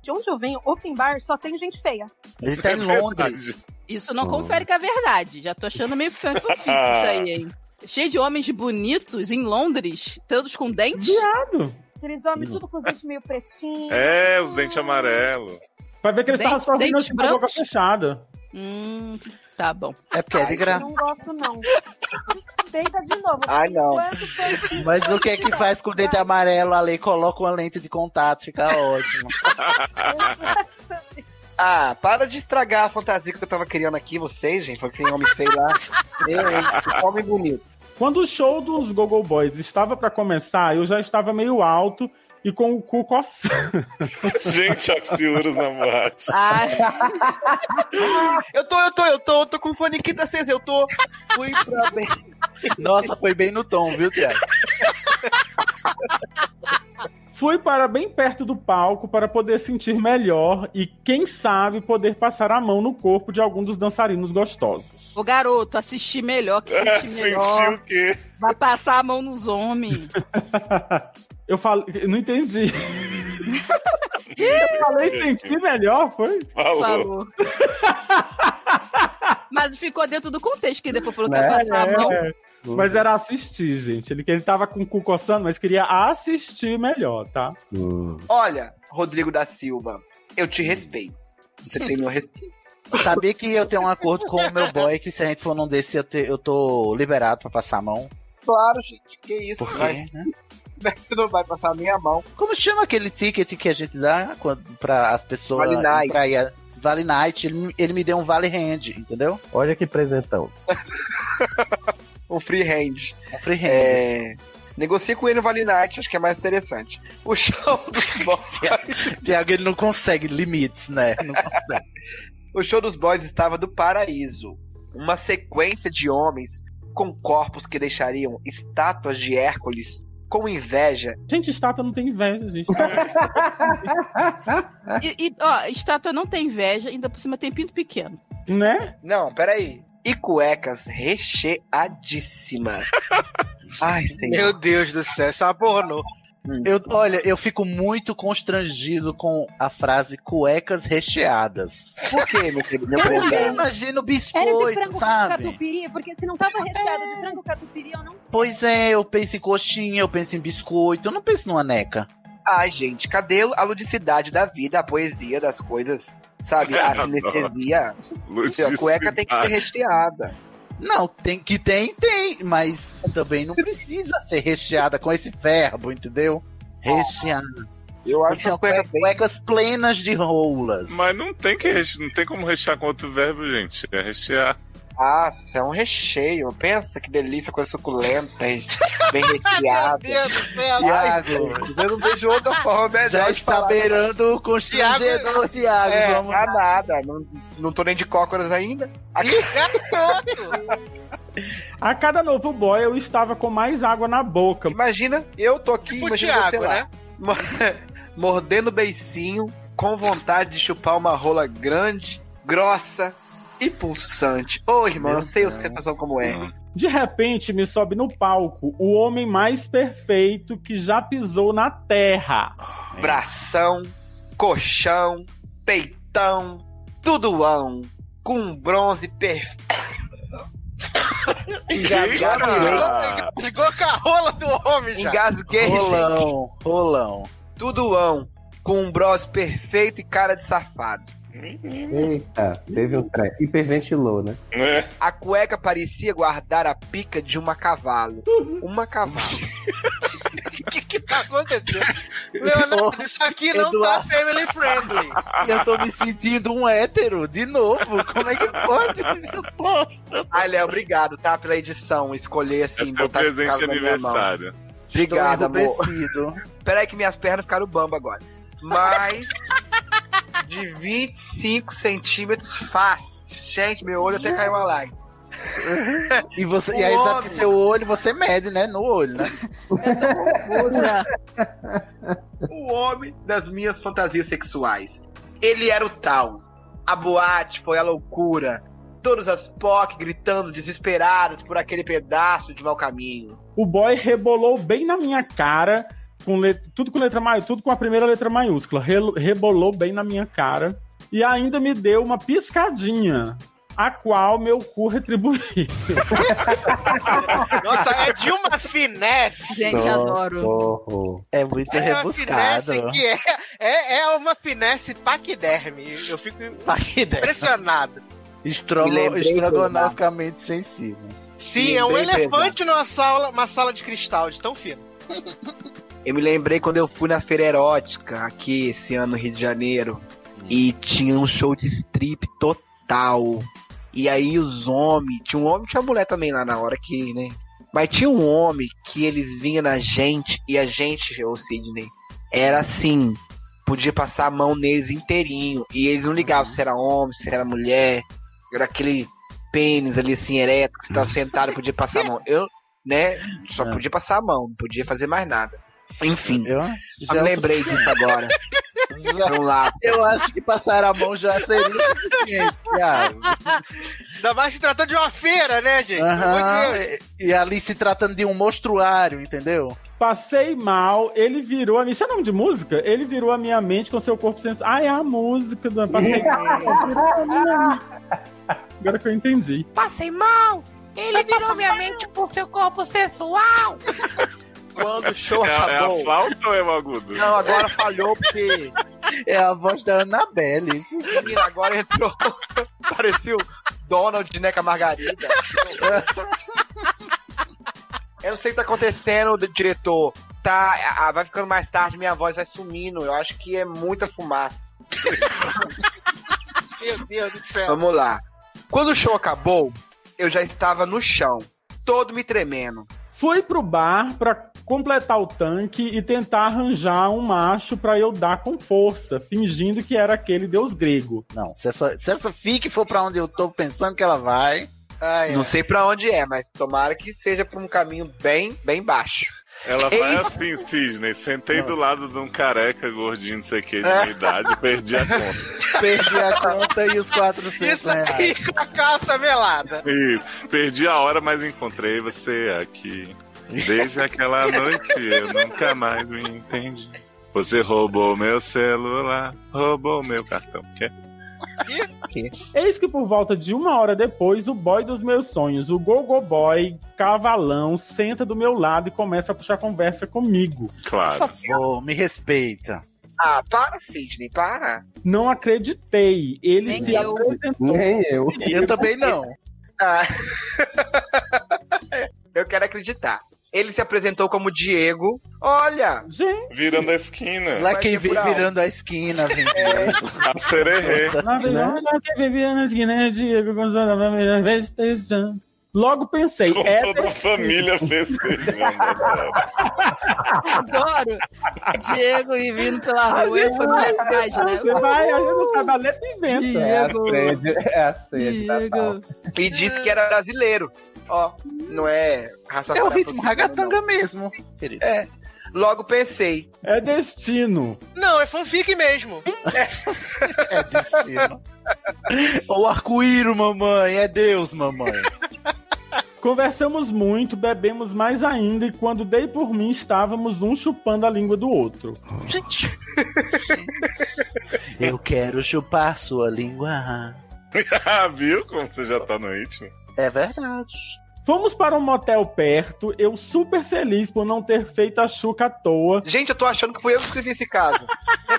S2: De onde eu venho, open bar só tem gente feia.
S1: A gente tá
S4: É
S1: em Londres.
S10: Isso não
S1: Hum.
S10: confere com a verdade. Já tô achando meio fanfic isso aí, hein? Cheio de homens bonitos em Londres, todos com dentes.
S8: Viado.
S2: Aqueles homens tudo com os dentes meio pretinhos.
S4: É, os dentes amarelos.
S8: Vai ver que ele
S10: Dente-
S8: tava só vindo
S10: dentes
S8: assim com a boca
S10: brancos?
S8: fechada.
S10: Hum, tá bom.
S1: É porque é de graça.
S2: Não gosto, não. Deita de novo.
S1: Ai, não.
S2: Quanto foi
S1: Mas o que é que faz com o dente amarelo ali? Coloca uma lente de contato, fica ótimo.
S6: Ah, para de estragar a fantasia que eu tava criando aqui, vocês, gente. Foi que tem homem feio lá. Eu, É, hein? homem bonito.
S8: Quando o show dos Google Boys estava pra começar, eu já estava meio alto e com o cu coçando.
S4: Gente, axioros na boate.
S1: Ah,
S6: Eu tô, eu tô, eu tô, eu tô com fone aqui da vocês, eu tô. Fui pra bem.
S1: Nossa, foi bem no tom, viu, Tiago?
S8: Fui para bem perto do palco para poder sentir melhor e, quem sabe, poder passar a mão no corpo de algum dos dançarinos gostosos.
S10: O garoto, assistir melhor, que sentir
S8: sentiu
S10: melhor.
S8: o
S4: quê?
S10: Vai passar a mão nos homens.
S8: Eu falo, eu não entendi. eu falei sentir melhor, foi?
S10: Falou. Mas ficou dentro do contexto que depois falou que ia
S8: Né?
S10: passar a mão.
S8: É. Mas era assistir, gente. Ele, ele tava com o cu coçando, mas queria assistir melhor, tá?
S1: Hum.
S6: Olha, Rodrigo da Silva, eu te respeito. Você tem meu respeito.
S1: Sabia que eu tenho um acordo com o meu boy que se a gente for num desse, eu, te- eu tô liberado pra passar a mão.
S6: Claro, gente, que isso,
S1: Por
S6: vai.
S1: quê? né?
S6: Você não vai passar a minha mão.
S1: Como chama aquele ticket que a gente dá quando- pra as pessoas.
S6: Vale night.
S1: pra ir a- vale Night. Ele, ele me deu um Vale Hand, entendeu?
S5: Olha que presentão.
S6: O free hand.
S1: Um free hand.
S6: É... Negocie com ele no Vale Night, acho que é mais interessante. O show dos boys.
S1: Tiago, ele não consegue limites, né? Não consegue.
S6: o show dos boys estava do paraíso. Uma sequência de homens com corpos que deixariam estátuas de Hércules com inveja.
S8: Gente, estátua não tem inveja, gente.
S10: E, e, ó, estátua não tem inveja, ainda por cima tem pinto pequeno.
S8: né?
S6: Não, peraí. E cuecas recheadíssimas. Ai, senhor.
S18: Meu Deus do céu, isso é uma pornô.
S1: Hum. Eu, olha, eu fico muito constrangido com a frase cuecas recheadas.
S6: Por quê, meu querido?
S1: Eu
S6: Meu
S1: também
S6: querido?
S1: imagino
S2: Era de
S1: biscoito,
S2: frango com
S1: sabe?
S2: catupiry, porque se não tava recheado de frango com catupiry, eu não.
S1: Pois é, eu penso em coxinha, eu penso em biscoito, eu não penso numa neca.
S6: Ai, gente, cadê a ludicidade da vida, a poesia das coisas? Sabe? A
S1: Olha só.
S6: sinestesia. A cueca tem que ser recheada.
S1: Não, tem que tem, tem, mas também não precisa ser recheada com esse verbo, entendeu? Recheada. Eu acho são cueca cuecas plenas de rolas.
S4: Mas não tem que reche... não tem como rechear com outro verbo, gente. É rechear.
S6: Nossa, é um recheio. Pensa que delícia, coisa suculenta, bem recheada. Meu Deus do céu, Tiago, eu não vejo
S7: é
S6: outra forma melhor.
S1: Já está
S7: né?
S1: falar. beirando o constrangedor, Tiago. Tiago
S6: é, vamos tá nada, não, não tô nem de cócoras ainda. Aqui...
S8: A cada novo boy eu estava com mais água na boca.
S6: Imagina, eu tô
S10: É
S6: aqui, tipo imagina Thiago, você né? lá, mordendo beicinho, com vontade de chupar uma rola grande, grossa, e pulsante. Ô, oh, irmão, Meu eu sei Deus. a sensação como é.
S8: De repente, me sobe no palco o homem mais perfeito que já pisou na terra.
S6: Bração, colchão, peitão, tudoão, com bronze perfeito. né?
S7: Engasgaram. Ligou com a rola do homem já.
S6: Engasguei,
S1: rolão, gente. Rolão,
S6: Tudoão, com um bronze perfeito e cara de safado.
S5: Eita, teve o um trem. Hiperventilou, né?
S6: É. A cueca parecia guardar a pica de uma cavalo.
S1: Uhum.
S6: Uma cavalo.
S7: O que, que tá acontecendo? Leonardo, isso aqui não Eduardo. tá family friendly.
S1: Eu tô me sentindo um hétero de novo. Como é que pode? Eu
S6: tô, eu tô... Ai, Léo, obrigado, tá? Pela edição, escolher assim,
S4: Esse botar é presente de aniversário.
S6: Obrigado, amor. Peraí que minhas pernas ficaram bamba agora. Mas de 25 centímetros fácil. Gente, meu olho até caiu uma lágrima.
S1: e, você, o e aí homem. sabe que seu olho você mede, né? No olho, né?
S6: o homem das minhas fantasias sexuais. Ele era o tal. A boate foi a loucura. Todas as POC gritando desesperadas por aquele pedaço de mau caminho.
S8: O boy rebolou bem na minha cara com letra, tudo com letra maiúscula, tudo com a primeira letra maiúscula. Re, rebolou bem na minha cara e ainda me deu uma piscadinha. A qual meu cu retribuiu.
S7: Nossa, é de uma finesse.
S10: Gente,
S1: é um
S10: oh, adoro. Oh,
S1: oh. É muito é rebuscado.
S7: Uma finesse que é, é, é uma finesse paquiderme. Eu fico paquiderme. impressionado.
S1: Estrogo, estrogonoficamente sensível.
S7: Sim, é um elefante verdade. numa sala, uma sala de cristal, de tão fino.
S6: Eu me lembrei quando eu fui na feira erótica aqui esse ano no Rio de Janeiro e tinha um show de strip total. E aí os homens, tinha um homem, tinha uma mulher também lá na hora que, né? Mas tinha um homem que eles vinham na gente e a gente, o Sidney, era assim, podia passar a mão neles inteirinho e eles não ligavam se era homem, se era mulher, era aquele pênis ali assim ereto que você tava sentado podia passar a mão. Eu, né, só podia passar a mão, não podia fazer mais nada. Enfim, eu já lembrei disso agora.
S1: Já, um lado. Eu acho que passar a mão já seria suficiente.
S7: Ainda mais se tratando de uma feira, né, gente? é?
S1: Uhum. E, e ali se tratando de um mostruário, entendeu?
S8: Passei mal, ele virou a minha. Isso é nome de música? Ele virou a minha mente com seu corpo sensual. Ah, é a música do. Passei mal. agora que eu entendi.
S19: Passei mal! Ele virou minha mal. mente com seu corpo sensual!
S6: quando o show
S4: é,
S6: acabou.
S4: É a flauta ou é o agudo?
S6: Não, agora falhou porque.
S1: É a voz da Annabelle.
S6: Sim, agora entrou. Parecia o Donald, né, com a Margarida. Eu não sei o que tá acontecendo, diretor. Tá, vai ficando mais tarde, minha voz vai sumindo. Eu acho que é muita fumaça.
S7: Meu Deus do
S8: É.
S7: céu.
S6: Vamos lá. Quando o show acabou, eu já estava no chão, todo me tremendo.
S8: Fui pro bar pra completar o tanque e tentar arranjar um macho pra eu dar com força, fingindo que era aquele deus grego.
S1: Não, se essa, se essa fique for pra onde eu tô pensando que ela vai.
S6: Ai, não é. sei pra onde é, mas tomara que seja pra um caminho bem, bem baixo.
S4: Ela é faz assim, Sidney. Sentei não. do lado de um careca gordinho, não sei o que, de minha idade, perdi a conta.
S1: Perdi a conta e os 400 Isso
S7: aí com a calça melada.
S4: Isso. Perdi a hora, mas encontrei você aqui. Desde aquela noite eu nunca mais me entendi. Você roubou meu celular, roubou meu cartão. é Quer?
S8: Que? Eis que por volta de uma hora depois, o boy dos meus sonhos, o Gogo Boy, cavalão, senta do meu lado e começa a puxar conversa comigo.
S4: Claro.
S1: Oh, me respeita.
S6: Ah, para, Sidney, para.
S8: Não acreditei. Ele
S10: Nem
S8: se
S10: eu.
S8: apresentou.
S1: Nem eu.
S6: Eu também não. Ah. eu quero acreditar. Ele se apresentou como Diego. Olha!
S4: Gente. Virando a esquina.
S1: Lá quem vem virando a esquina, vem.
S4: É. A sererê.
S8: Na verdade, lá quem vem virando a esquina é Diego Gonzalez. Na primeira vez, Logo pensei.
S4: Com
S8: é
S4: toda a família festejando.
S10: Adoro. Diego e vindo pela rua. Essa foi mais viagem, né?
S8: Você vai, a gente não sabe a letra inventa.
S14: Diego. É a sede, é a sede Natal.
S6: E disse que era brasileiro. Ó, não é raça
S1: É o ritmo ragatanga mesmo, querido.
S6: É. Logo pensei.
S8: É destino.
S20: Não, é fanfic mesmo.
S1: É, é destino.
S4: né?
S1: o arco-íris, mamãe. É Deus, mamãe.
S8: Conversamos muito, bebemos mais ainda e quando dei por mim estávamos um chupando a língua do outro.
S1: Gente. Eu quero chupar sua língua.
S4: Né? Ah, Viu como você já tá no ritmo?
S1: É verdade.
S8: Fomos para um motel perto, eu super feliz por não ter feito a chuca à toa.
S6: Gente, eu tô achando que fui eu que escrevi esse caso. é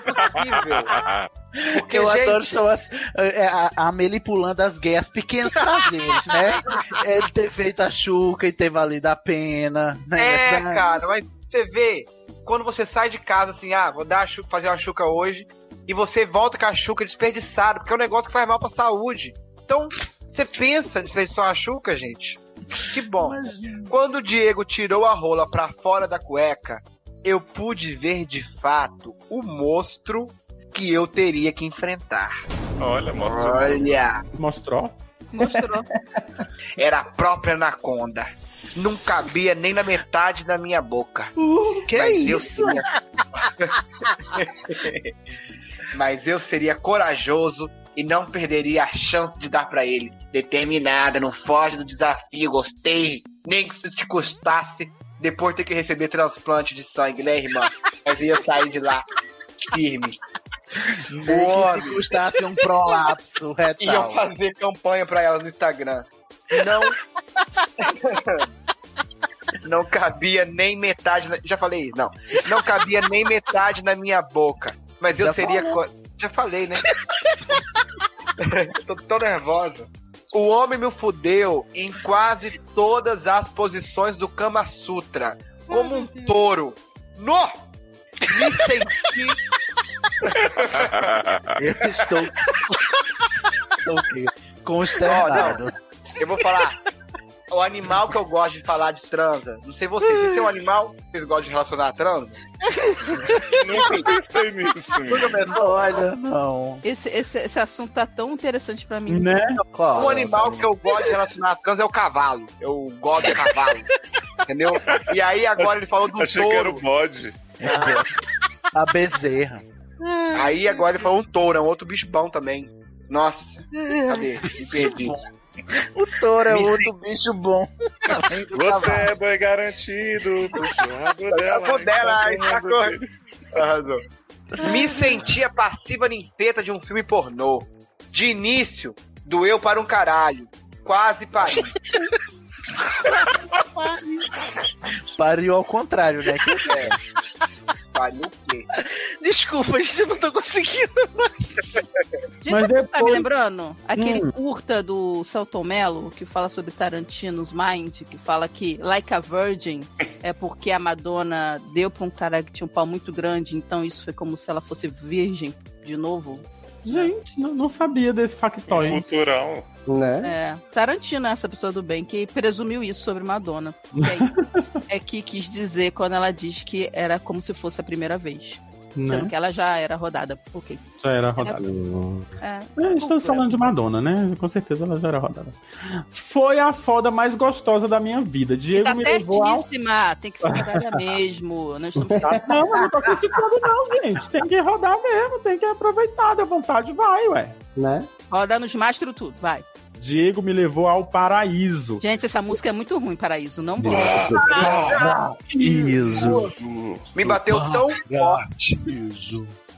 S1: possível. Porque eu gente... adoro são as, é, a, a Amelie pulando as guerras, pequenos prazeres, né? Ele ter feito a chuca e ter valido a pena.
S6: Né? É, cara, mas você vê, quando você sai de casa assim, ah, vou dar chuca, fazer uma chuca hoje, e você volta com a chuca desperdiçada, porque é um negócio que faz mal pra saúde. Então, você pensa desperdiçar uma chuca, gente? Que bom. Imagina. Quando o Diego tirou a rola para fora da cueca, eu pude ver de fato o monstro que eu teria que enfrentar.
S4: Olha, mostrou.
S6: Olha.
S8: Mostrou?
S10: Mostrou.
S6: Era a própria anaconda. Não cabia nem na metade da minha boca.
S1: Uh, que Mas isso? Eu
S6: seria... Mas eu seria corajoso e não perderia a chance de dar para ele. Determinada, não foge do desafio, gostei. Nem que isso te custasse depois ter que receber transplante de sangue, né, irmã? Mas ia sair de lá firme.
S1: Nem que te custasse um prolapso retal.
S6: Iam fazer campanha para ela no Instagram. Não. não cabia nem metade. Na... Já falei isso, não. Não cabia nem metade na minha boca. Mas Já eu seria. Falou. Já falei, né? Tô tão nervosa. O homem me fudeu em quase todas as posições do Kama Sutra, como um touro. No! Me senti.
S1: Eu estou. estou consternado.
S6: Oh, eu vou falar. O animal que eu gosto de falar de transa. Não sei vocês, se tem um animal que vocês gostam de relacionar a transa?
S4: Nunca pensei nisso.
S1: Nunca Olha, não.
S10: Esse, esse, esse assunto tá tão interessante pra mim.
S8: Né?
S6: Qual? Um animal que eu gosto de relacionar a trans é o cavalo. Eu gosto de cavalo. entendeu? E aí agora ele falou do
S4: Achei
S6: touro.
S4: Achei que era o bode.
S1: Ah, a bezerra.
S6: Aí agora ele falou um touro, é um outro bicho bom também. Nossa, cadê? Me perdi.
S1: O touro é outro bicho bom.
S4: Você é boi garantido. Puxado dela. né?
S6: O Tá dela está correndo. Me senti a passiva ninfeta de um filme pornô. De início, doeu para um caralho. Quase pari.
S1: Pariu ao contrário, né?
S6: Que é. Pariu o quê?
S10: Desculpa, gente, eu não tô conseguindo mais. Gente, Mas depois... tá me lembrando? Aquele hum. curta do Celton Mello, que fala sobre Tarantino's Mind, que fala que Like a Virgin é porque a Madonna deu pra um cara que tinha um pau muito grande, então isso foi como se ela fosse virgem de novo.
S8: Gente, não, não sabia desse factoide.
S4: Um Cultural.
S10: Né? É. Tarantino é essa pessoa do bem que presumiu isso sobre Madonna. Bem, é que quis dizer quando ela diz que era como se fosse a primeira vez. Né? Sendo que ela já era rodada. Ok.
S8: Já era rodada. Era... É, é, estamos falando de Madonna, né? Com certeza ela já era rodada. Foi a foda mais gostosa da minha vida. Diego
S10: tá
S8: me levou ao... Tá.
S10: tem que ser rodada mesmo. Nós estamos...
S8: Não, eu não tô criticando não, gente. Tem que rodar mesmo, tem que aproveitar. Da vontade vai, ué.
S14: Né?
S10: Roda nos mastros tudo, vai.
S8: Diego me levou ao paraíso.
S10: Gente, essa música é muito ruim, paraíso. Não bota.
S4: Ah!
S1: Paraíso.
S6: Me bateu tão forte.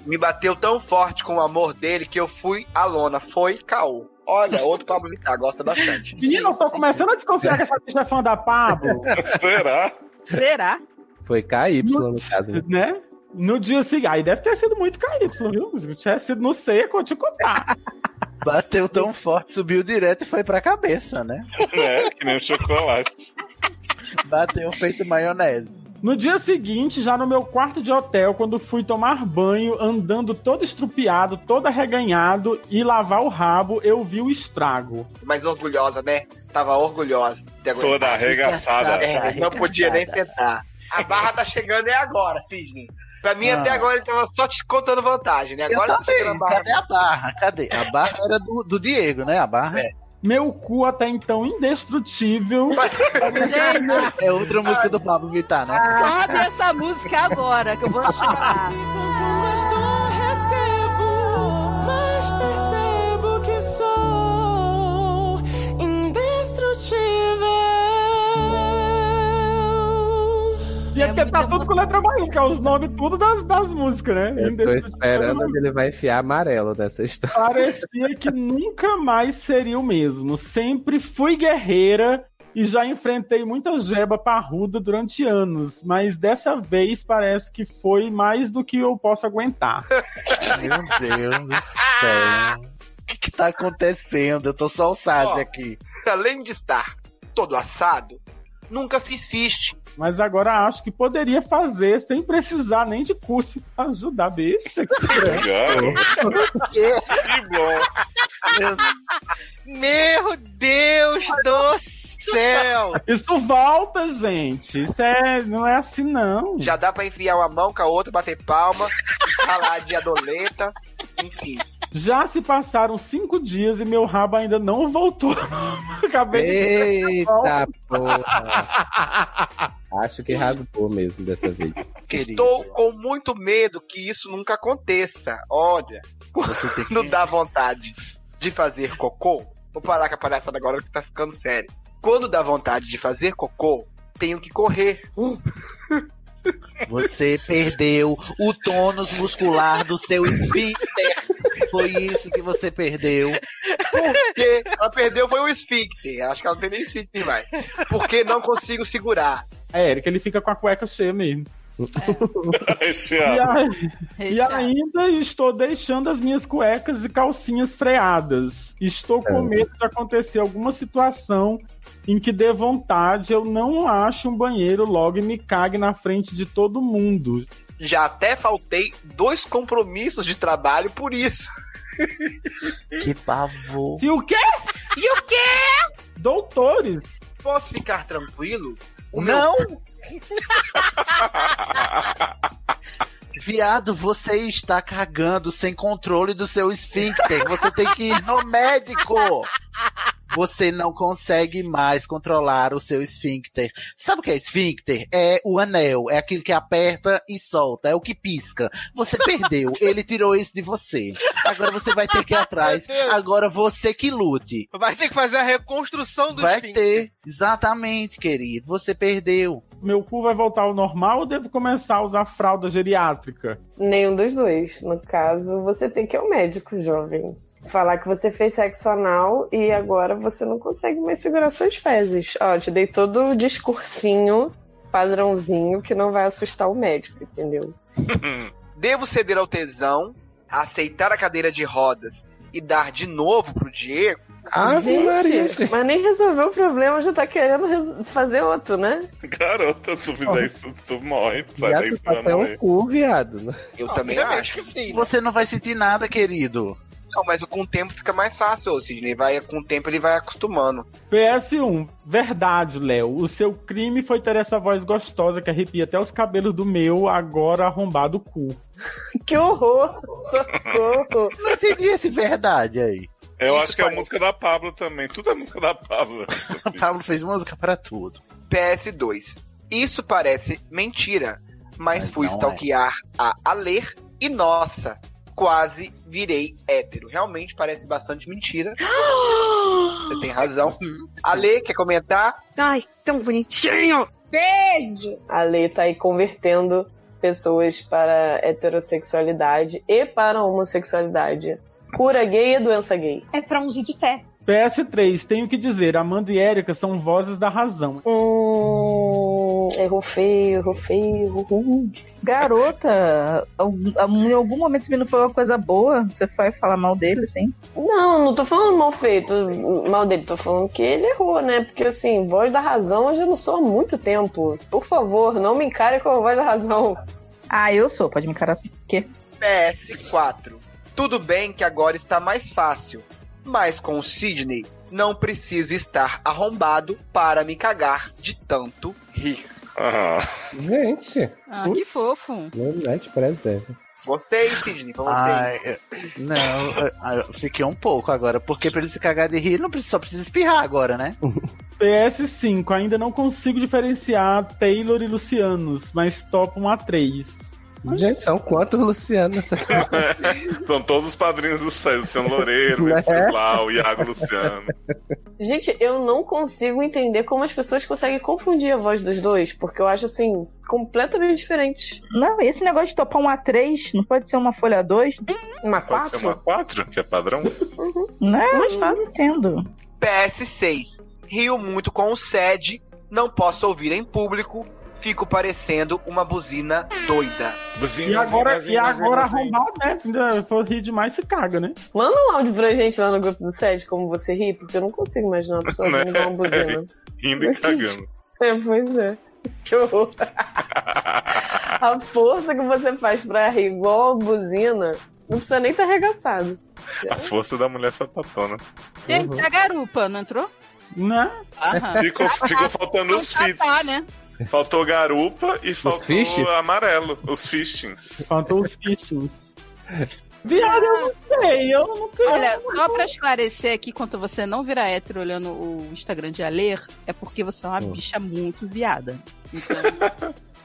S6: Me bateu tão forte com o amor dele que eu fui a lona. Foi caô. Olha, outro Pablo Vittar, gosta bastante.
S8: Menino, eu tô começando a desconfiar que essa bicha é fã da Pablo.
S4: Será?
S10: Será?
S14: Foi KY, no caso.
S8: Né? No dia seguinte. Aí deve ter sido muito KY, viu? Se tivesse sido no seco, eu te contar.
S1: Bateu tão forte, subiu direto e foi pra cabeça, né?
S4: É, que nem um chocolate.
S1: Bateu feito maionese.
S8: No dia seguinte, já no meu quarto de hotel, quando fui tomar banho, andando todo estrupiado, todo arreganhado e lavar o rabo, eu vi o estrago.
S6: Mas orgulhosa, né? Tava orgulhosa. de aguentar.
S4: Toda arregaçada.
S6: É, não podia nem tentar. A barra tá chegando é agora, Sidney. Pra mim,
S1: Ah.
S6: até agora, ele tava só te contando vantagem, né? Agora
S1: eu
S6: tá chegando
S1: também. Cadê a barra? Cadê? A barra era do, do Diego, né? A barra.
S8: Meu cu até então indestrutível.
S1: É outra música do Pablo Vittar, né?
S10: Sobe essa música agora, que eu vou chorar.
S9: Mas não recebo, mas percebo que sou indestrutível.
S8: E é porque tá tudo com letra maiúscula, os nomes tudo das, das músicas, né?
S14: É
S5: Eu tô
S8: Indestrutível.
S5: esperando que ele vai enfiar amarelo nessa história.
S8: Parecia que nunca mais seria o mesmo. Sempre fui guerreira e já enfrentei muita jeba parruda durante anos, mas dessa vez parece que foi mais do que eu posso aguentar.
S1: Meu Deus do céu. O que, que tá acontecendo? Eu tô só o Sazi
S6: Ó.
S1: aqui.
S6: Além de estar todo assado, nunca fiz fist.
S8: Mas agora acho que poderia fazer sem precisar nem de curso pra ajudar, bicha. Que
S4: Que bom.
S7: Meu Deus do céu!
S8: Isso volta, gente. Isso é, não é assim, não.
S6: Já dá pra enfiar uma mão com a outra, bater palma, falar de adoleta, enfim.
S8: Já se passaram cinco dias e meu rabo ainda não voltou. Acabei de é
S5: Eita porra!
S1: Ah.
S5: Acho que rasgou mesmo dessa vez.
S6: Estou com muito medo que isso nunca aconteça. Olha, não dá vontade de fazer cocô. Vou parar com a palhaçada agora que tá ficando sério. Quando dá vontade de fazer cocô, tenho que correr.
S1: Você perdeu o tônus muscular do seu esfíncter. Foi isso que você perdeu.
S6: Porque ela perdeu foi o esfíncter. Acho que ela não tem nem esfíncter mais. Porque não consigo segurar.
S8: É, Eric, ele fica com a cueca cheia mesmo. E,
S4: Recheado.
S8: a- e ainda estou deixando as minhas cuecas e calcinhas freadas. Estou com medo de acontecer alguma situação em que dê vontade, eu não acho um banheiro logo e me cague na frente de todo mundo.
S6: Já até faltei dois compromissos de trabalho por isso.
S1: Que pavor.
S8: E o quê?
S6: E o quê?
S8: Doutores!
S6: Posso ficar tranquilo?
S1: Não! Viado, você está cagando sem controle do seu esfíncter. Você tem que ir no médico. Você não consegue mais controlar o seu esfíncter. Sabe o que é esfíncter? É o anel. É aquilo que aperta e solta. É o que pisca. Você perdeu. Ele tirou isso de você. Agora você vai ter que ir atrás. Agora você que lute.
S7: Vai ter que fazer a reconstrução do
S1: Vai ter. Exatamente, querido. Você perdeu.
S8: Meu cu vai voltar ao normal ou devo começar a usar fralda geriátrica?
S17: Nenhum dos dois. No caso, você tem que ir ao médico, jovem. Falar que você fez sexo anal e agora você não consegue mais segurar suas fezes. Ó, te dei todo o discursinho padrãozinho que não vai assustar o médico, entendeu?
S6: Devo ceder ao tesão, aceitar a cadeira de rodas e dar de novo pro Diego?
S17: gente, mas nem resolveu o problema, já tá querendo res- fazer outro, né?
S4: Garota, tu fizer isso, tu morre. Tu sai né?
S5: Viado,
S4: daí
S5: o
S1: tá
S5: papo é um cu, viado.
S6: Eu
S1: também
S6: acho.
S1: que
S7: né?
S1: sim. Você não vai sentir nada, querido.
S6: Não, mas com o tempo fica mais fácil, ô Sidney. Vai, com o tempo ele vai acostumando.
S8: PS1, verdade, Léo. O seu crime foi ter essa voz gostosa que arrepia até os cabelos do meu, agora arrombado o cu.
S17: Que horror! Socorro!
S1: Não entendi esse verdade aí.
S4: Eu acho que é a música da Pablo também. Tudo é música da Pablo.
S1: Pablo fez música pra tudo.
S6: PS2. Isso parece mentira, mas, fui
S1: não é.
S6: stalkear a Aler e nossa, quase virei hétero. Realmente parece bastante mentira. Você tem razão. Ale, quer comentar?
S17: Ai, tão bonitinho! Beijo! A lei tá aí convertendo pessoas para heterossexualidade e para homossexualidade. Cura gay e doença gay.
S2: É pra ungir de pé.
S8: PS3, tenho que dizer, Amanda e Érica são vozes da razão.
S17: Hum, Poxa, errou feio, errou feio, errou rude.
S12: Garota, em algum momento esse menino falou uma coisa boa, você vai falar mal dele, sim?
S17: Não, não tô falando mal feito, mal dele, tô falando que ele errou, né? Porque assim, voz da razão eu já não sou há muito tempo. Por favor, não me encare com a voz da razão.
S12: Ah, eu sou, pode me encarar assim. O quê?
S6: PS4. Tudo bem que agora está mais fácil, mas com o Sidney não preciso estar arrombado para me cagar de tanto rir.
S5: Ah. Gente.
S10: Ah, que fofo.
S5: Verdade, preserve.
S6: Gostei, Sidney, pra você.
S1: Ai, eu- Ah, é, não, eu, eu fiquei um pouco agora, porque pra ele se cagar de rir, ele não precisa, só precisa espirrar agora, né?
S8: PS5, ainda não consigo diferenciar Taylor e Lucianos, mas topo um A3.
S5: Gente, são quantos Lucianos nessa
S4: São todos os padrinhos do César, Luciano Loureiro,
S5: Né?
S4: Mercedes Lau, Iago Luciano.
S17: Gente, eu não consigo entender como as pessoas conseguem confundir a voz dos dois, porque eu acho assim, completamente diferente.
S12: Não, esse negócio de topar um A3, não pode ser uma folha 2?
S17: Uma Uhum.
S4: Pode ser uma 4, que é padrão.
S12: Né? Mas fácil entendo.
S6: PS6. Rio muito com o SED, não posso ouvir em público, fico parecendo uma buzina doida.
S8: E agora, e agora
S12: é
S8: arrombado, né? Ainda for rir demais, se caga, né?
S17: Manda um áudio pra gente lá no grupo do SED como você ri, porque eu não consigo imaginar uma pessoa
S4: Né?
S17: vindo com uma buzina.
S4: Rindo e cagando.
S17: É, pois é. Que horror. A força que você faz pra rir igual a buzina, não precisa nem estar arregaçado.
S4: A força da mulher tá sapatona.
S8: Uhum.
S10: Gente, a é garupa, não entrou?
S8: Não.
S10: Aham.
S4: Ficou, ficou faltando os
S10: Então
S4: fits.
S10: tá, tá, né?
S4: Faltou garupa e
S8: fishes?
S4: faltou amarelo. Os fistings.
S8: Faltou os fixings. Viado, eu não sei, eu não tenho.
S10: Olha, só pra esclarecer aqui, quando você não virar hétero olhando o Instagram de Aler, é porque você é uma
S5: Hum.
S10: bicha muito viada.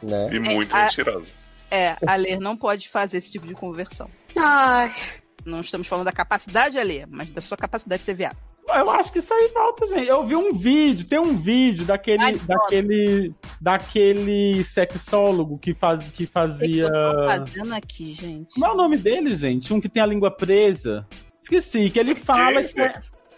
S5: Né?
S4: E muito
S10: É, a-
S4: mentirosa.
S10: É, a Ler não pode fazer esse tipo de conversão.
S21: Ai.
S10: Não estamos falando da capacidade, Alê, mas da sua capacidade de ser viado.
S8: Eu acho que isso aí falta, gente. Eu vi um vídeo, tem um vídeo daquele,
S10: Ai,
S8: daquele, daquele sexólogo que, faz, que fazia.
S10: Fazendo aqui, gente.
S8: Como é o nome dele, gente? Um que tem a língua presa. Esqueci, que ele fala que, é,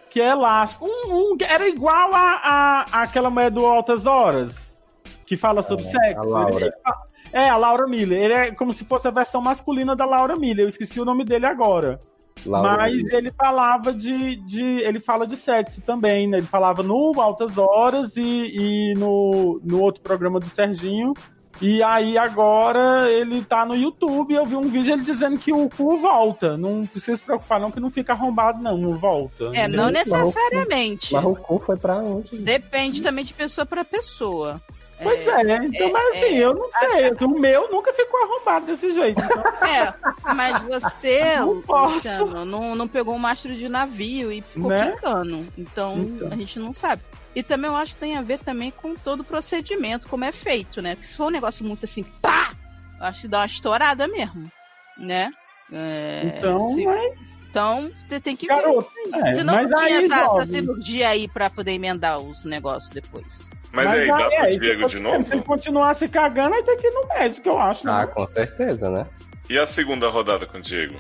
S8: que é elástico. Um, um que era igual a, a- aquela mulher do Altas Horas, que fala sobre
S5: É,
S8: sexo.
S5: a Laura.
S8: Ele fa- é, a Laura Miller. Ele é como se fosse a versão masculina da Laura Miller. Eu esqueci o nome dele agora.
S5: Laura
S8: Mas
S5: Miller.
S8: ele falava de, de. Ele fala de sexo também, né? Ele falava no Altas Horas e, e no, no outro programa do Serginho. E aí agora ele tá no YouTube. Eu vi um vídeo ele dizendo que o cu volta. Não precisa se preocupar, não, que não fica arrombado, não. Não volta.
S10: É, não
S8: Entendeu?
S10: necessariamente.
S8: Mas o
S5: cu foi pra onde?
S10: Depende também de pessoa pra pessoa.
S8: Pois é, né? Então, mas assim, eu não sei. O meu nunca ficou arrombado desse jeito. então.
S10: É, mas você,
S8: Não posso.
S10: Luciano, não, não pegou um mastro de navio e ficou
S8: Né?
S10: picando. Então,
S8: Então.
S10: a gente não sabe. E também eu acho que tem a ver também com todo o procedimento, como é feito, né? Porque se for um negócio muito assim, pá! Eu acho que dá uma estourada mesmo, né? É,
S8: Então,
S10: se-
S4: né?
S8: mas.
S10: Então, você tem que
S8: Garoto,
S10: ver.
S8: é,
S10: Se não
S8: mas
S10: tinha
S8: aí
S10: essa, essa
S8: resolve.
S10: cirurgia aí pra poder emendar os negócios depois.
S4: Mas, aí, dá pro
S8: é, se
S4: Diego de
S8: continu-
S4: novo?
S8: Se ele continuar se cagando, aí tem que ir no médico, eu acho.
S5: Ah, com certeza, né?
S4: E a segunda rodada com o Diego?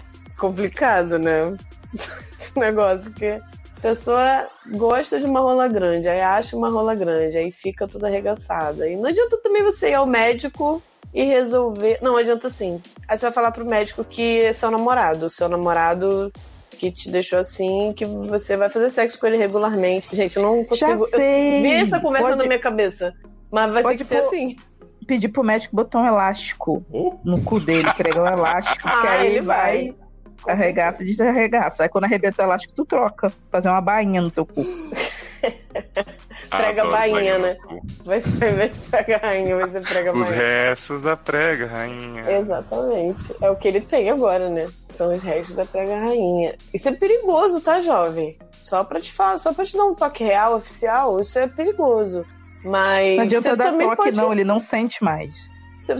S17: Complicado, né? Esse negócio, porque a pessoa gosta de uma rola grande, aí acha uma rola grande, aí fica toda arregaçada. E não adianta também você ir ao médico e resolver. Não adianta assim. Aí você vai falar pro médico que é seu namorado, seu namorado que te deixou assim, que você vai fazer sexo com ele regularmente. Gente, eu não consigo. eu-
S12: sei.
S17: Vi essa conversa
S12: Pode-
S17: na minha cabeça. Mas vai ter que ser
S12: pôr-
S17: assim.
S12: Pedir pro médico botar um elástico
S4: Oh.
S12: no cu dele, entregar um elástico, que
S17: Ah,
S12: aí
S17: ele
S12: ele vai. Arregaça e desarregaça. Aí quando arrebenta o elástico, tu troca. Fazer uma bainha no teu cu.
S17: Prega
S4: Adoro
S17: bainha,
S4: banho.
S17: né? Vai ser vai ser prega rainha, vai ser prega
S4: Os
S17: bainha.
S4: restos da prega, rainha.
S17: Exatamente. É o que ele tem agora, né? São os restos da prega rainha. Isso é perigoso, tá, jovem? Só pra te falar, só pra te dar um toque real, oficial, isso é perigoso. Mas.
S12: Não adianta
S17: você
S12: dar
S17: também
S12: toque,
S17: pode-
S12: não. Ele não sente mais.
S17: Você...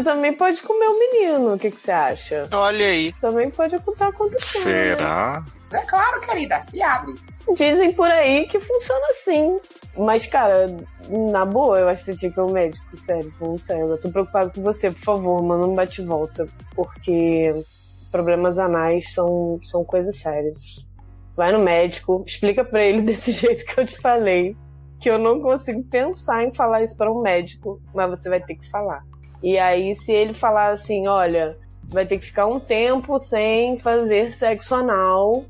S17: você também pode comer o menino, o que, que você acha?
S22: Olha aí.
S17: Também pode estar acontecendo.
S4: Será?
S17: É claro, querida, se abre. Dizem por aí que funciona assim. Mas, cara, na boa, eu acho que você tinha que ir ao médico, sério, falando sério. Eu tô preocupado com você, por favor, manda um bate-volta. Porque problemas anais são, são coisas sérias. Vai no médico, explica pra ele desse jeito que eu te falei. que eu não consigo pensar em falar isso para um médico, mas você vai ter que falar. E aí, se ele falar assim, olha, vai ter que ficar um tempo sem fazer sexo anal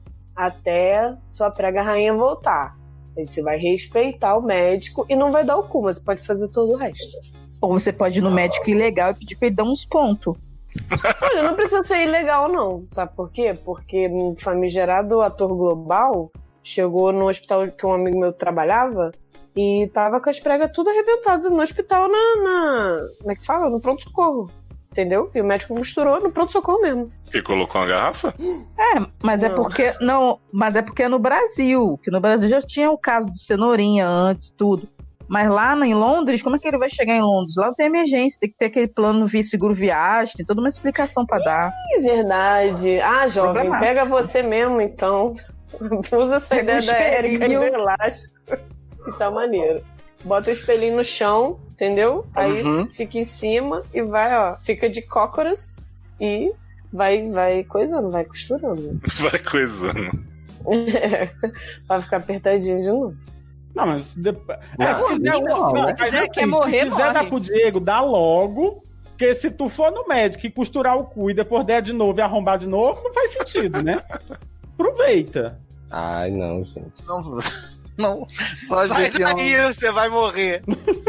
S17: até sua prega rainha voltar. Aí você vai respeitar o médico e não vai dar o cu, mas você pode fazer todo o resto.
S12: Ou você pode ir no médico ilegal e pedir pra ele dar uns pontos.
S17: Olha, não precisa ser ilegal, não. Sabe por quê? Porque um famigerado ator global chegou no hospital que um amigo meu trabalhava e tava com as pregas tudo arrebentadas no hospital, na, na. Como é que fala? No pronto-socorro. Entendeu? E o médico misturou no pronto-socorro mesmo.
S4: E colocou uma garrafa?
S12: É, mas é
S17: Não.
S12: porque. Não, mas é porque é no Brasil. Que no Brasil já tinha o caso do Cenourinha antes, tudo. Mas lá na- em Londres, como é que ele vai chegar em Londres? Lá tem emergência, tem que ter aquele plano via seguro viagem, tem toda uma explicação pra dar.
S17: É verdade. Ah, jovem,
S12: Problemático.
S17: pega você mesmo, então. Usa essa
S12: Pega um
S17: ideia da Erika e do
S12: espelhinho.
S17: elástico. E tá maneiro. Bota o espelhinho no chão, entendeu? Aí
S13: Uhum.
S17: fica em cima e vai, ó. Fica de cócoras e vai, vai coisando, vai costurando.
S4: Vai coisando.
S17: vai ficar apertadinho de novo.
S9: Não, mas. Depois...
S17: Não,
S9: É, se quiser,
S17: não,
S9: não,
S17: não.
S9: mas
S17: Se quiser,
S9: assim,
S17: quer morrer,
S9: se quiser
S17: morre.
S9: dar pro Diego, dá logo. Porque se tu for no médico e costurar o cu e depois der de novo e arrombar de novo, não faz sentido, né? Aproveita.
S5: Ai, não, gente.
S1: Não, não pode
S10: Sai
S1: desse homem.
S10: daí,
S7: Você vai morrer.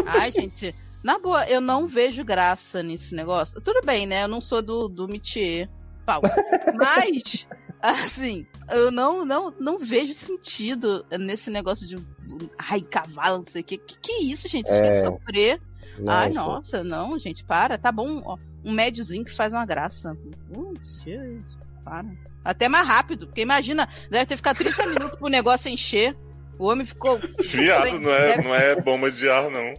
S10: Ai, gente, na boa, eu não vejo graça nesse negócio. Tudo bem, né? Eu não sou do, do métier, pau. Mas, assim, eu não, não, não vejo sentido nesse negócio de. Ai, cavalo, não sei o quê. Que que é isso, gente? Vocês
S12: É.
S10: querem sofrer? Ai,
S12: Nossa.
S10: nossa, não, gente, para. Tá bom, ó. Um médiozinho que faz uma graça. Hum, gente, para. Até mais rápido, porque imagina, deve ter ficado 30 minutos pro negócio encher. O homem ficou.
S4: Viado, não é, não é bomba de ar, não.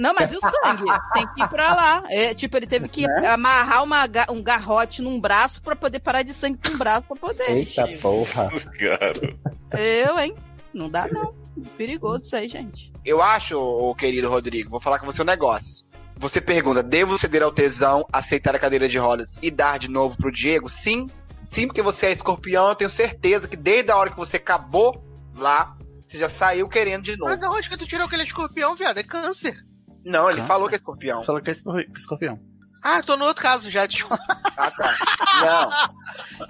S10: Não, mas e o sangue? Tem que ir pra lá. É, tipo, ele teve que amarrar uma ga- um garrote num braço pra poder parar de sangue com um braço pra poder.
S5: Eita
S10: Chega.
S5: porra.
S4: Cara.
S10: Eu, hein? Não dá, não. Perigoso isso aí, gente.
S6: Eu acho, ô, querido Rodrigo, vou falar com você um negócio. Você pergunta, devo ceder ao tesão, aceitar a cadeira de rodas e dar de novo pro Diego? Sim. Sim, porque você é escorpião, eu tenho certeza que desde a hora que você acabou lá, você já saiu querendo de novo.
S7: Mas da onde que tu tirou aquele escorpião, viado? É câncer.
S6: Não, ele
S1: Câncer?
S6: falou que é escorpião.
S1: Falou que é espor- escorpião.
S7: Ah, tô no outro caso já. desculpa.
S6: Ah, tá. Não.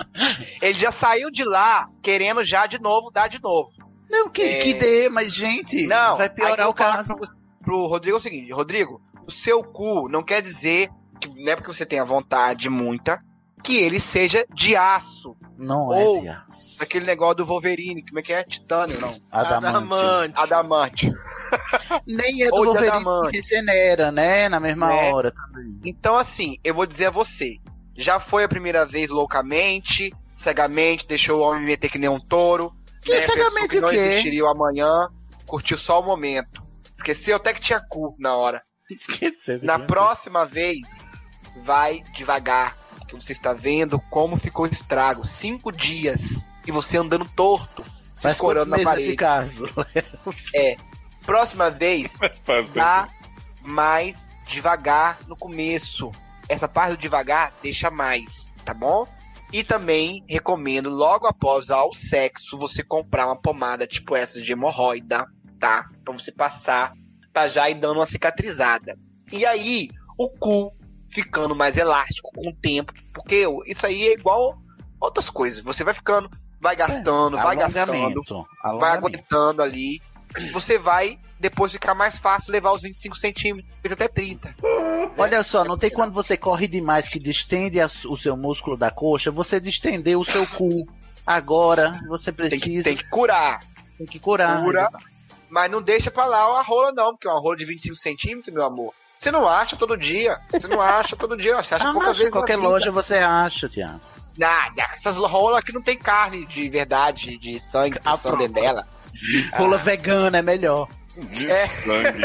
S6: Ele já saiu de lá querendo já de novo dar de novo. É.
S1: Não, que, que dê, mas gente,
S6: Não,
S1: vai
S6: aí eu
S1: piorar
S6: vou
S1: o
S6: falar
S1: caso.
S6: Pro, pro Rodrigo é o seguinte, Rodrigo, o seu cu não quer dizer que não é porque você tenha vontade muita que ele seja de aço.
S1: Não
S6: Ou
S1: é, viado.
S6: Aquele negócio do Wolverine, como é que é? Titânio, não.
S1: Adamante.
S6: Adamante.
S1: Nem é do
S6: Ou de
S1: Wolverine
S6: adamante.
S1: que regenera, né? Na mesma
S7: É.
S6: Né?
S1: hora também.
S6: Então, assim, eu vou dizer a você. Já foi a primeira vez loucamente, cegamente, deixou o homem meter que nem um touro.
S1: Que cegamente
S6: pensou que não
S1: o quê?
S6: existiria o amanhã, curtiu só o momento. Esqueceu até que tinha cu na hora.
S1: Esqueceu.
S6: Na próxima vez, vai devagar. Que você está vendo como ficou o estrago. Cinco dias. E você andando torto, se
S1: Faz quantos
S6: escorando na
S1: meses
S6: parede.
S1: esse caso?
S6: É. Próxima vez, vá mais devagar no começo. Essa parte do devagar deixa mais, tá bom? E também recomendo, logo após ao sexo, você comprar uma pomada tipo essa de hemorroida, tá? Pra você passar, pra já ir dando uma cicatrizada. E aí, o cu ficando mais elástico com o tempo, porque isso aí é igual outras coisas. Você vai ficando, vai gastando, vai gastando
S1: Alongamento,
S6: vai
S1: alongamento.
S6: aguentando ali. Você vai depois ficar mais fácil levar os 25 centímetros, depois até 30.
S1: Olha só, não tem quando você corre demais que distende a su- o seu músculo da coxa, você distendeu o seu cu. Agora você precisa.
S6: Tem que curar.
S1: Tem que curar.
S6: Cura, mas não deixa pra lá a rola, não, porque uma rola de 25 centímetros, meu amor. Você não acha todo dia. Você não acha todo dia. Você acha
S1: Ah,
S6: poucas
S1: mas
S6: vezes. na
S1: qualquer
S6: vida.
S1: loja você acha, Tiago.
S6: Nada. Essas rolas aqui não tem carne de verdade, de sangue,
S17: Ah,
S6: de sangue dela. Ah.
S1: Rola vegana é melhor.
S4: De
S6: É.
S4: sangue.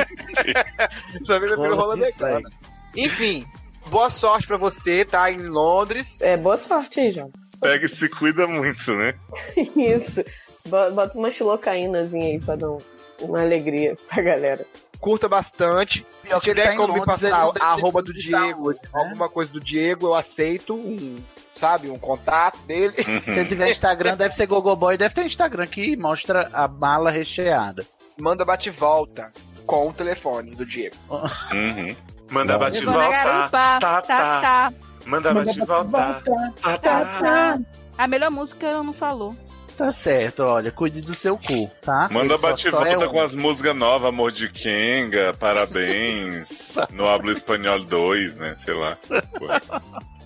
S6: Também prefiro
S1: Rola
S6: rola
S1: de
S6: vegana. Enfim, boa sorte pra você, tá? Em Londres.
S17: É, boa sorte aí, João.
S4: Pega e se cuida muito, né?
S17: Isso. Bo- Bota uma xilocaínazinha aí pra dar um- uma alegria pra galera.
S6: Curta bastante. Se tiver
S17: tá em
S6: como me
S17: Londres,
S6: passar
S17: ele um, não
S6: a
S17: deve
S6: arroba
S17: ter
S6: do
S17: de
S6: Diego,
S17: né?
S6: alguma coisa do Diego, eu aceito um, sabe, um contato dele.
S4: Uhum.
S1: Se ele tiver Instagram, deve ser Gogoboy. Deve ter Instagram que mostra a mala recheada.
S6: manda bate-volta com o telefone do Diego.
S4: Uhum. Manda
S10: Giovanna
S4: bate-volta.
S10: Garupa,
S4: Tá, tá.
S10: tá.
S4: Manda bate-volta. Tá,
S10: Tá, tá. A melhor música ela não falou.
S1: Tá certo, olha, cuide do seu cu, tá?
S4: Manda
S1: Ele só- só
S4: bate-volta
S1: é um.
S4: com as músicas novas, Amor de Kenga, Parabéns, No Hablo Espanhol 2, né? Sei lá.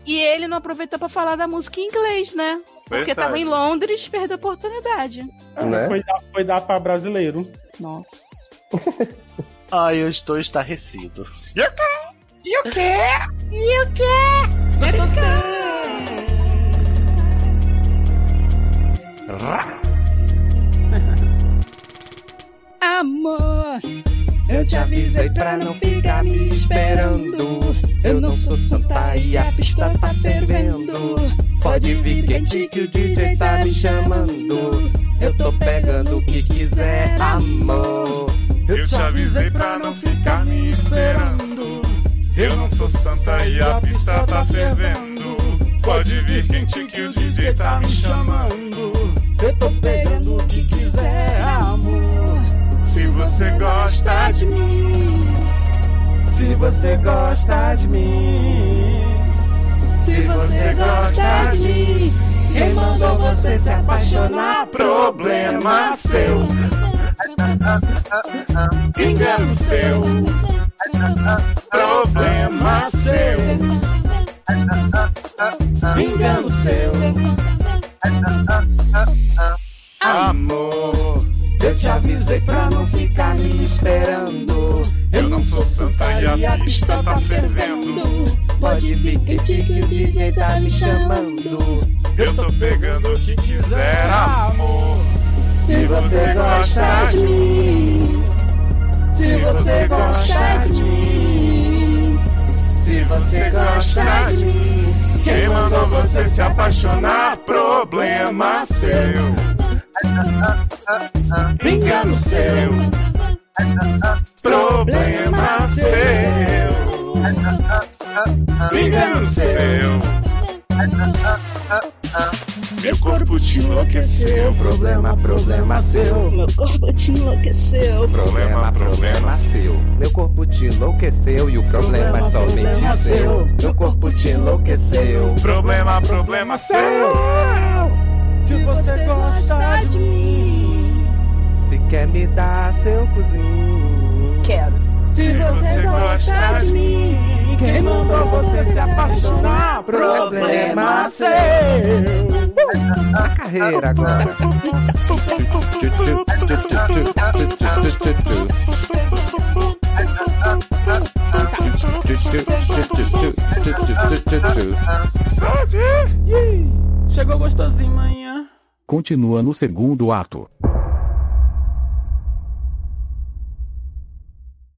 S10: E ele não aproveitou pra falar da música em inglês, né? Porque
S9: Verdade.
S10: tava em Londres, perdeu a oportunidade.
S1: Né?
S9: É, Foi, dar, foi dar pra brasileiro.
S10: Nossa.
S1: Ai, eu estou estarrecido.
S19: E o quê? E o quê? E
S9: Amor, eu te avisei pra não ficar Tá me esperando. Eu não sou santa e a pista tá fervendo. Pode vir quente que o DJ tá me chamando. Eu tô pegando o que quiser, amor. Eu te avisei pra não ficar me esperando. Eu não sou santa e a pista tá fervendo. Pode vir quente que o DJ tá me chamando. Eu tô pegando o que quiser, amor. Se você gosta de mim, se você gosta de mim, se você gosta de mim, quem mandou você se apaixonar? Problema seu, engano seu, problema seu, engano seu, amor. Eu te avisei pra não ficar me esperando. Eu não sou santa e a pista tá fervendo. Pode vir que que o DJ tá me chamando. Eu tô pegando o que quiser, amor. Se você gosta de mim, se você gosta de mim, se você gosta de mim, quem mandou você se apaixonar? Problema seu. Engano seu. Problema seu. Engano seu. Meu corpo te enlouqueceu. Problema, problema seu.
S11: Meu corpo te enlouqueceu.
S9: Problema, problema seu. Meu corpo te enlouqueceu e o problema é somente seu. Meu corpo te enlouqueceu. Problema, problema seu. Se você gosta de mim, se quer me dar seu cozinho. Quero. Se você gosta de mim, quem mandou você se apaixonar? Problema seu. A carreira agora. Chegou gostosinho, manhã.
S23: Continua no segundo ato.